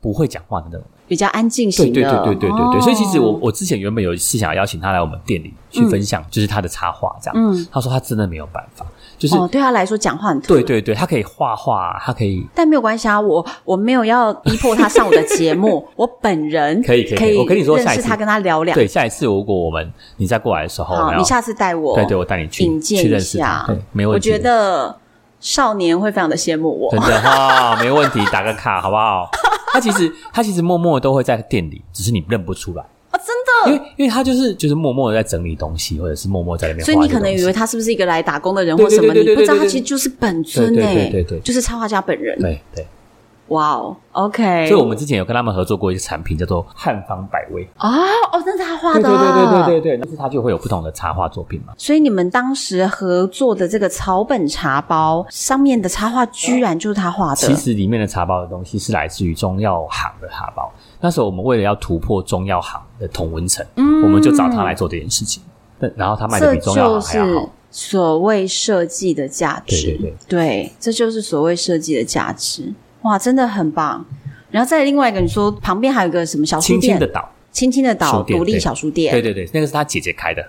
S2: 不会讲话的那种。
S1: 比较安静
S2: 对
S1: 型的，
S2: 对对对对对对。
S1: 哦
S2: 所以其实我我之前原本有是想邀请他来我们店里去分享，就是他的插画这样。
S1: 嗯
S2: 他说他真的没有办法，就是、
S1: 哦，对他来说讲话很突
S2: 对对对，他可以画画，他可以。
S1: 但没有关系啊，我我没有要逼迫他上我的节 目，我本人
S2: 可以可以
S1: 可
S2: 可以我跟你说
S1: 认
S2: 下一
S1: 识
S2: 次
S1: 他，跟他聊聊。
S2: 对，下一次如果我们你再过来的时候，
S1: 好，
S2: 哦然
S1: 你
S2: 后
S1: 下次带我，
S2: 对对，我带你去
S1: 引荐
S2: 去
S1: 一
S2: 认识
S1: 下
S2: 他，对，没
S1: 我
S2: 问题。
S1: 觉得少年会非常的羡慕我
S2: 真。的哈、没问题，打个卡好不好？他其实他其实默默地都会在店里，只是你认不出来，
S1: 哦，真
S2: 因
S1: 的。
S2: 为因为他就是就是默默的在整理东西，或者是默默在那边画
S1: 所
S2: 一
S1: 以你
S2: 些东西。
S1: 可能以为他是不是一个来打工的人
S2: 对
S1: 或
S2: 对
S1: 什么，
S2: 对
S1: 你
S2: 对
S1: 不知道
S2: 对
S1: 他
S2: 对对
S1: 其实就是本尊
S2: 对对
S1: 哎，
S2: 对对对
S1: 就是插画家本人。
S2: 对对，
S1: 哇哦，OK。
S2: 所以我们之前有跟他们合作过一个产品，叫做汉方百味。
S1: 啊哦，那是他画
S2: 对
S1: 的
S2: 对对
S1: 啊。
S2: 对对对对，但是它就会有不同的插画作品嘛。
S1: 所以你们当时合作的这个草本茶包上面的插画，居然就是他画的。
S2: 其实里面的茶包的东西是来自于中药行的茶包。那时候我们为了要突破中药行的同文层，
S1: 嗯
S2: 我们就找他来做这件事情。但然后他卖的
S1: 这
S2: 比中药
S1: 就
S2: 行还要
S1: 是
S2: 好。
S1: 所谓设计的价值，
S2: 对对对
S1: 对这就是所谓设计的价值。哇，真的很棒。然后再另外一个，你说旁边还有一个什么小书
S2: 青青
S1: 店
S2: 的，岛，
S1: 青青的岛
S2: 书店
S1: 独立
S2: 对
S1: 小书店，
S2: 对对对，那个是他姐姐开的，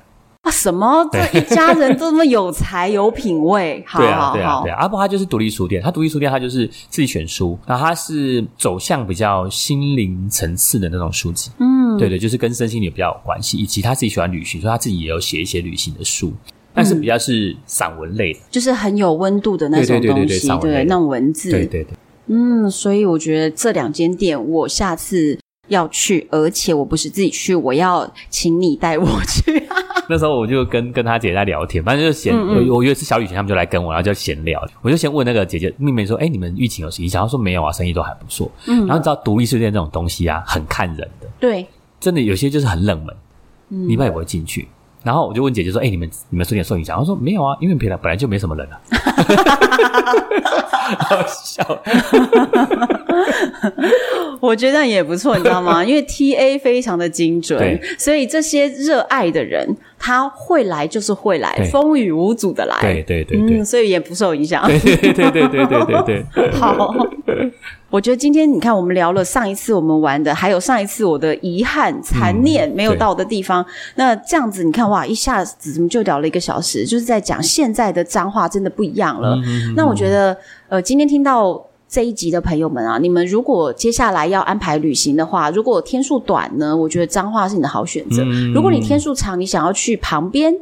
S1: 啊，什么？这一家人都这么有才有品 味，好
S2: 对
S1: 好
S2: 啊对啊
S1: 好
S2: 对，啊。阿布他就是独立书店，他独立书店他就是自己选书，然后他是走向比较心灵层次的那种书籍，
S1: 嗯，
S2: 对对，就是跟身心灵比较有关系，以及他自己喜欢旅行，所以他自己也有写一些旅行的书，但是
S1: 嗯
S2: 比较是散文类的，
S1: 就是很有温度的那种
S2: 对对对
S1: 东
S2: 对对
S1: 西，
S2: 散文类
S1: 对
S2: 的
S1: 那种文字，
S2: 对对对。
S1: 嗯，所以我觉得这两间店我下次要去，而且我不是自己去，我要请你带我去。
S2: 那时候我就跟跟他姐在聊天，反正就闲，
S1: 嗯
S2: 我我约是小雨晴他们就来跟我，然后就闲聊。我就先问那个姐姐妹妹说：“哎、你们疫情有影响？”她说：“没有啊，生意都还不错。”
S1: 嗯
S2: 然后你知道独立书店这种东西啊，很看人的，
S1: 对，
S2: 真的有些就是很冷门，
S1: 嗯
S2: 你爸也不会进去。然后我就问姐姐说：“哎、你们你们书店受影响？”她说：“没有啊，因为本来本来就没什么 人啊。”好笑，
S1: 我觉得也不错，你知道 吗？因为 T A 非常的精准
S2: 对，
S1: 所以这些热爱的人他会来就是会来
S2: 对，
S1: 风雨无阻的来。
S2: 对对对对
S1: 嗯，所以也不受影响。
S2: 对对对对对对对对。
S1: 好，我觉得今天你看，我们聊了上一次我们玩的，还有上一次我的遗憾、残念没有到的地方。那这样子，你看哇，一下子怎么就聊了一个小时？就是在讲现在的脏话真的不一样
S2: 嗯
S1: 了。那我觉得，呃，今天听到。这一集的朋友们啊，你们如果接下来要安排旅行的话，如果天数短呢，我觉得脏话是你的好选择。
S2: 嗯
S1: 如果你天数长，你想要去旁边，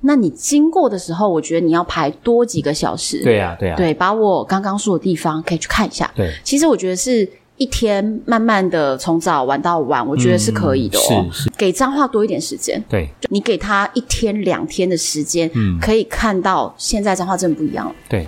S1: 那你经过的时候，我觉得你要排多几个小时。
S2: 嗯对呀、对呀、啊
S1: 对，把我刚刚说的地方可以去看一下。
S2: 对，
S1: 其实我觉得是一天慢慢的从早玩到晚，我觉得是可以的哦。
S2: 嗯是是，
S1: 给彰化多一点时间，
S2: 对
S1: 就你给他一天两天的时间，
S2: 嗯
S1: 可以看到现在彰化真的不一样了。
S2: 对，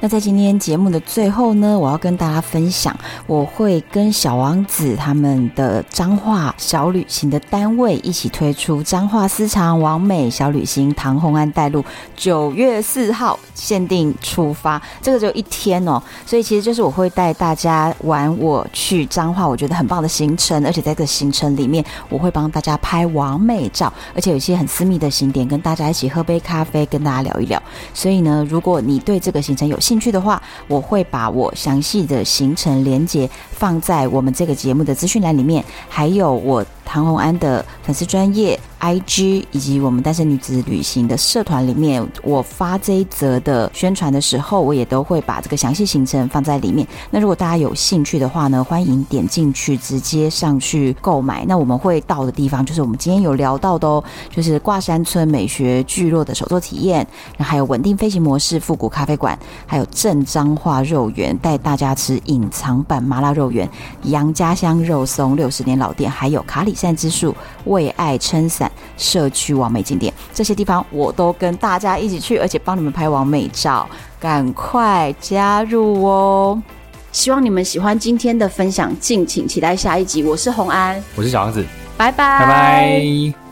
S3: 那在今天节目的最后呢，我要跟大家分享，我会跟小王子他们的彰化小旅行的单位一起推出彰化私藏王美小旅行唐红安带路，九月四号限定出发，这个只有一天哦，所以其实就是我会带大家玩我去彰化我觉得很棒的行程，而且在这个行程里面，我会帮大家拍完美照，而且有一些很私密的景点，跟大家一起喝杯咖啡，跟大家聊一聊。所以呢，如果你对这个行程有兴趣的话，我会把我详细的行程连接放在我们这个节目的资讯栏里面，还有我唐红安的粉丝专业 IG 以及我们单身女子旅行的社团里面，我发这一则的宣传的时候，我也都会把这个详细行程放在里面。那如果大家有兴趣的话呢，欢迎点进去直接上去购买。那我们会到的地方就是我们今天有聊到的哦，就是挂山村美学聚落的手作体验，然后还有稳定飞行模式复古咖啡馆，还有正彰化肉圆，带大家吃隐藏版麻辣肉圆、杨家香肉松六十年老店，还有卡里善之树为爱撑伞社区完美景点，这些地方我都跟大家一起去，而且帮你们拍完美照，赶快加入哦！
S1: 希望你们喜欢今天的分享，敬请期待下一集。我是红安，
S2: 我是小王子，
S1: 拜拜，
S2: 拜拜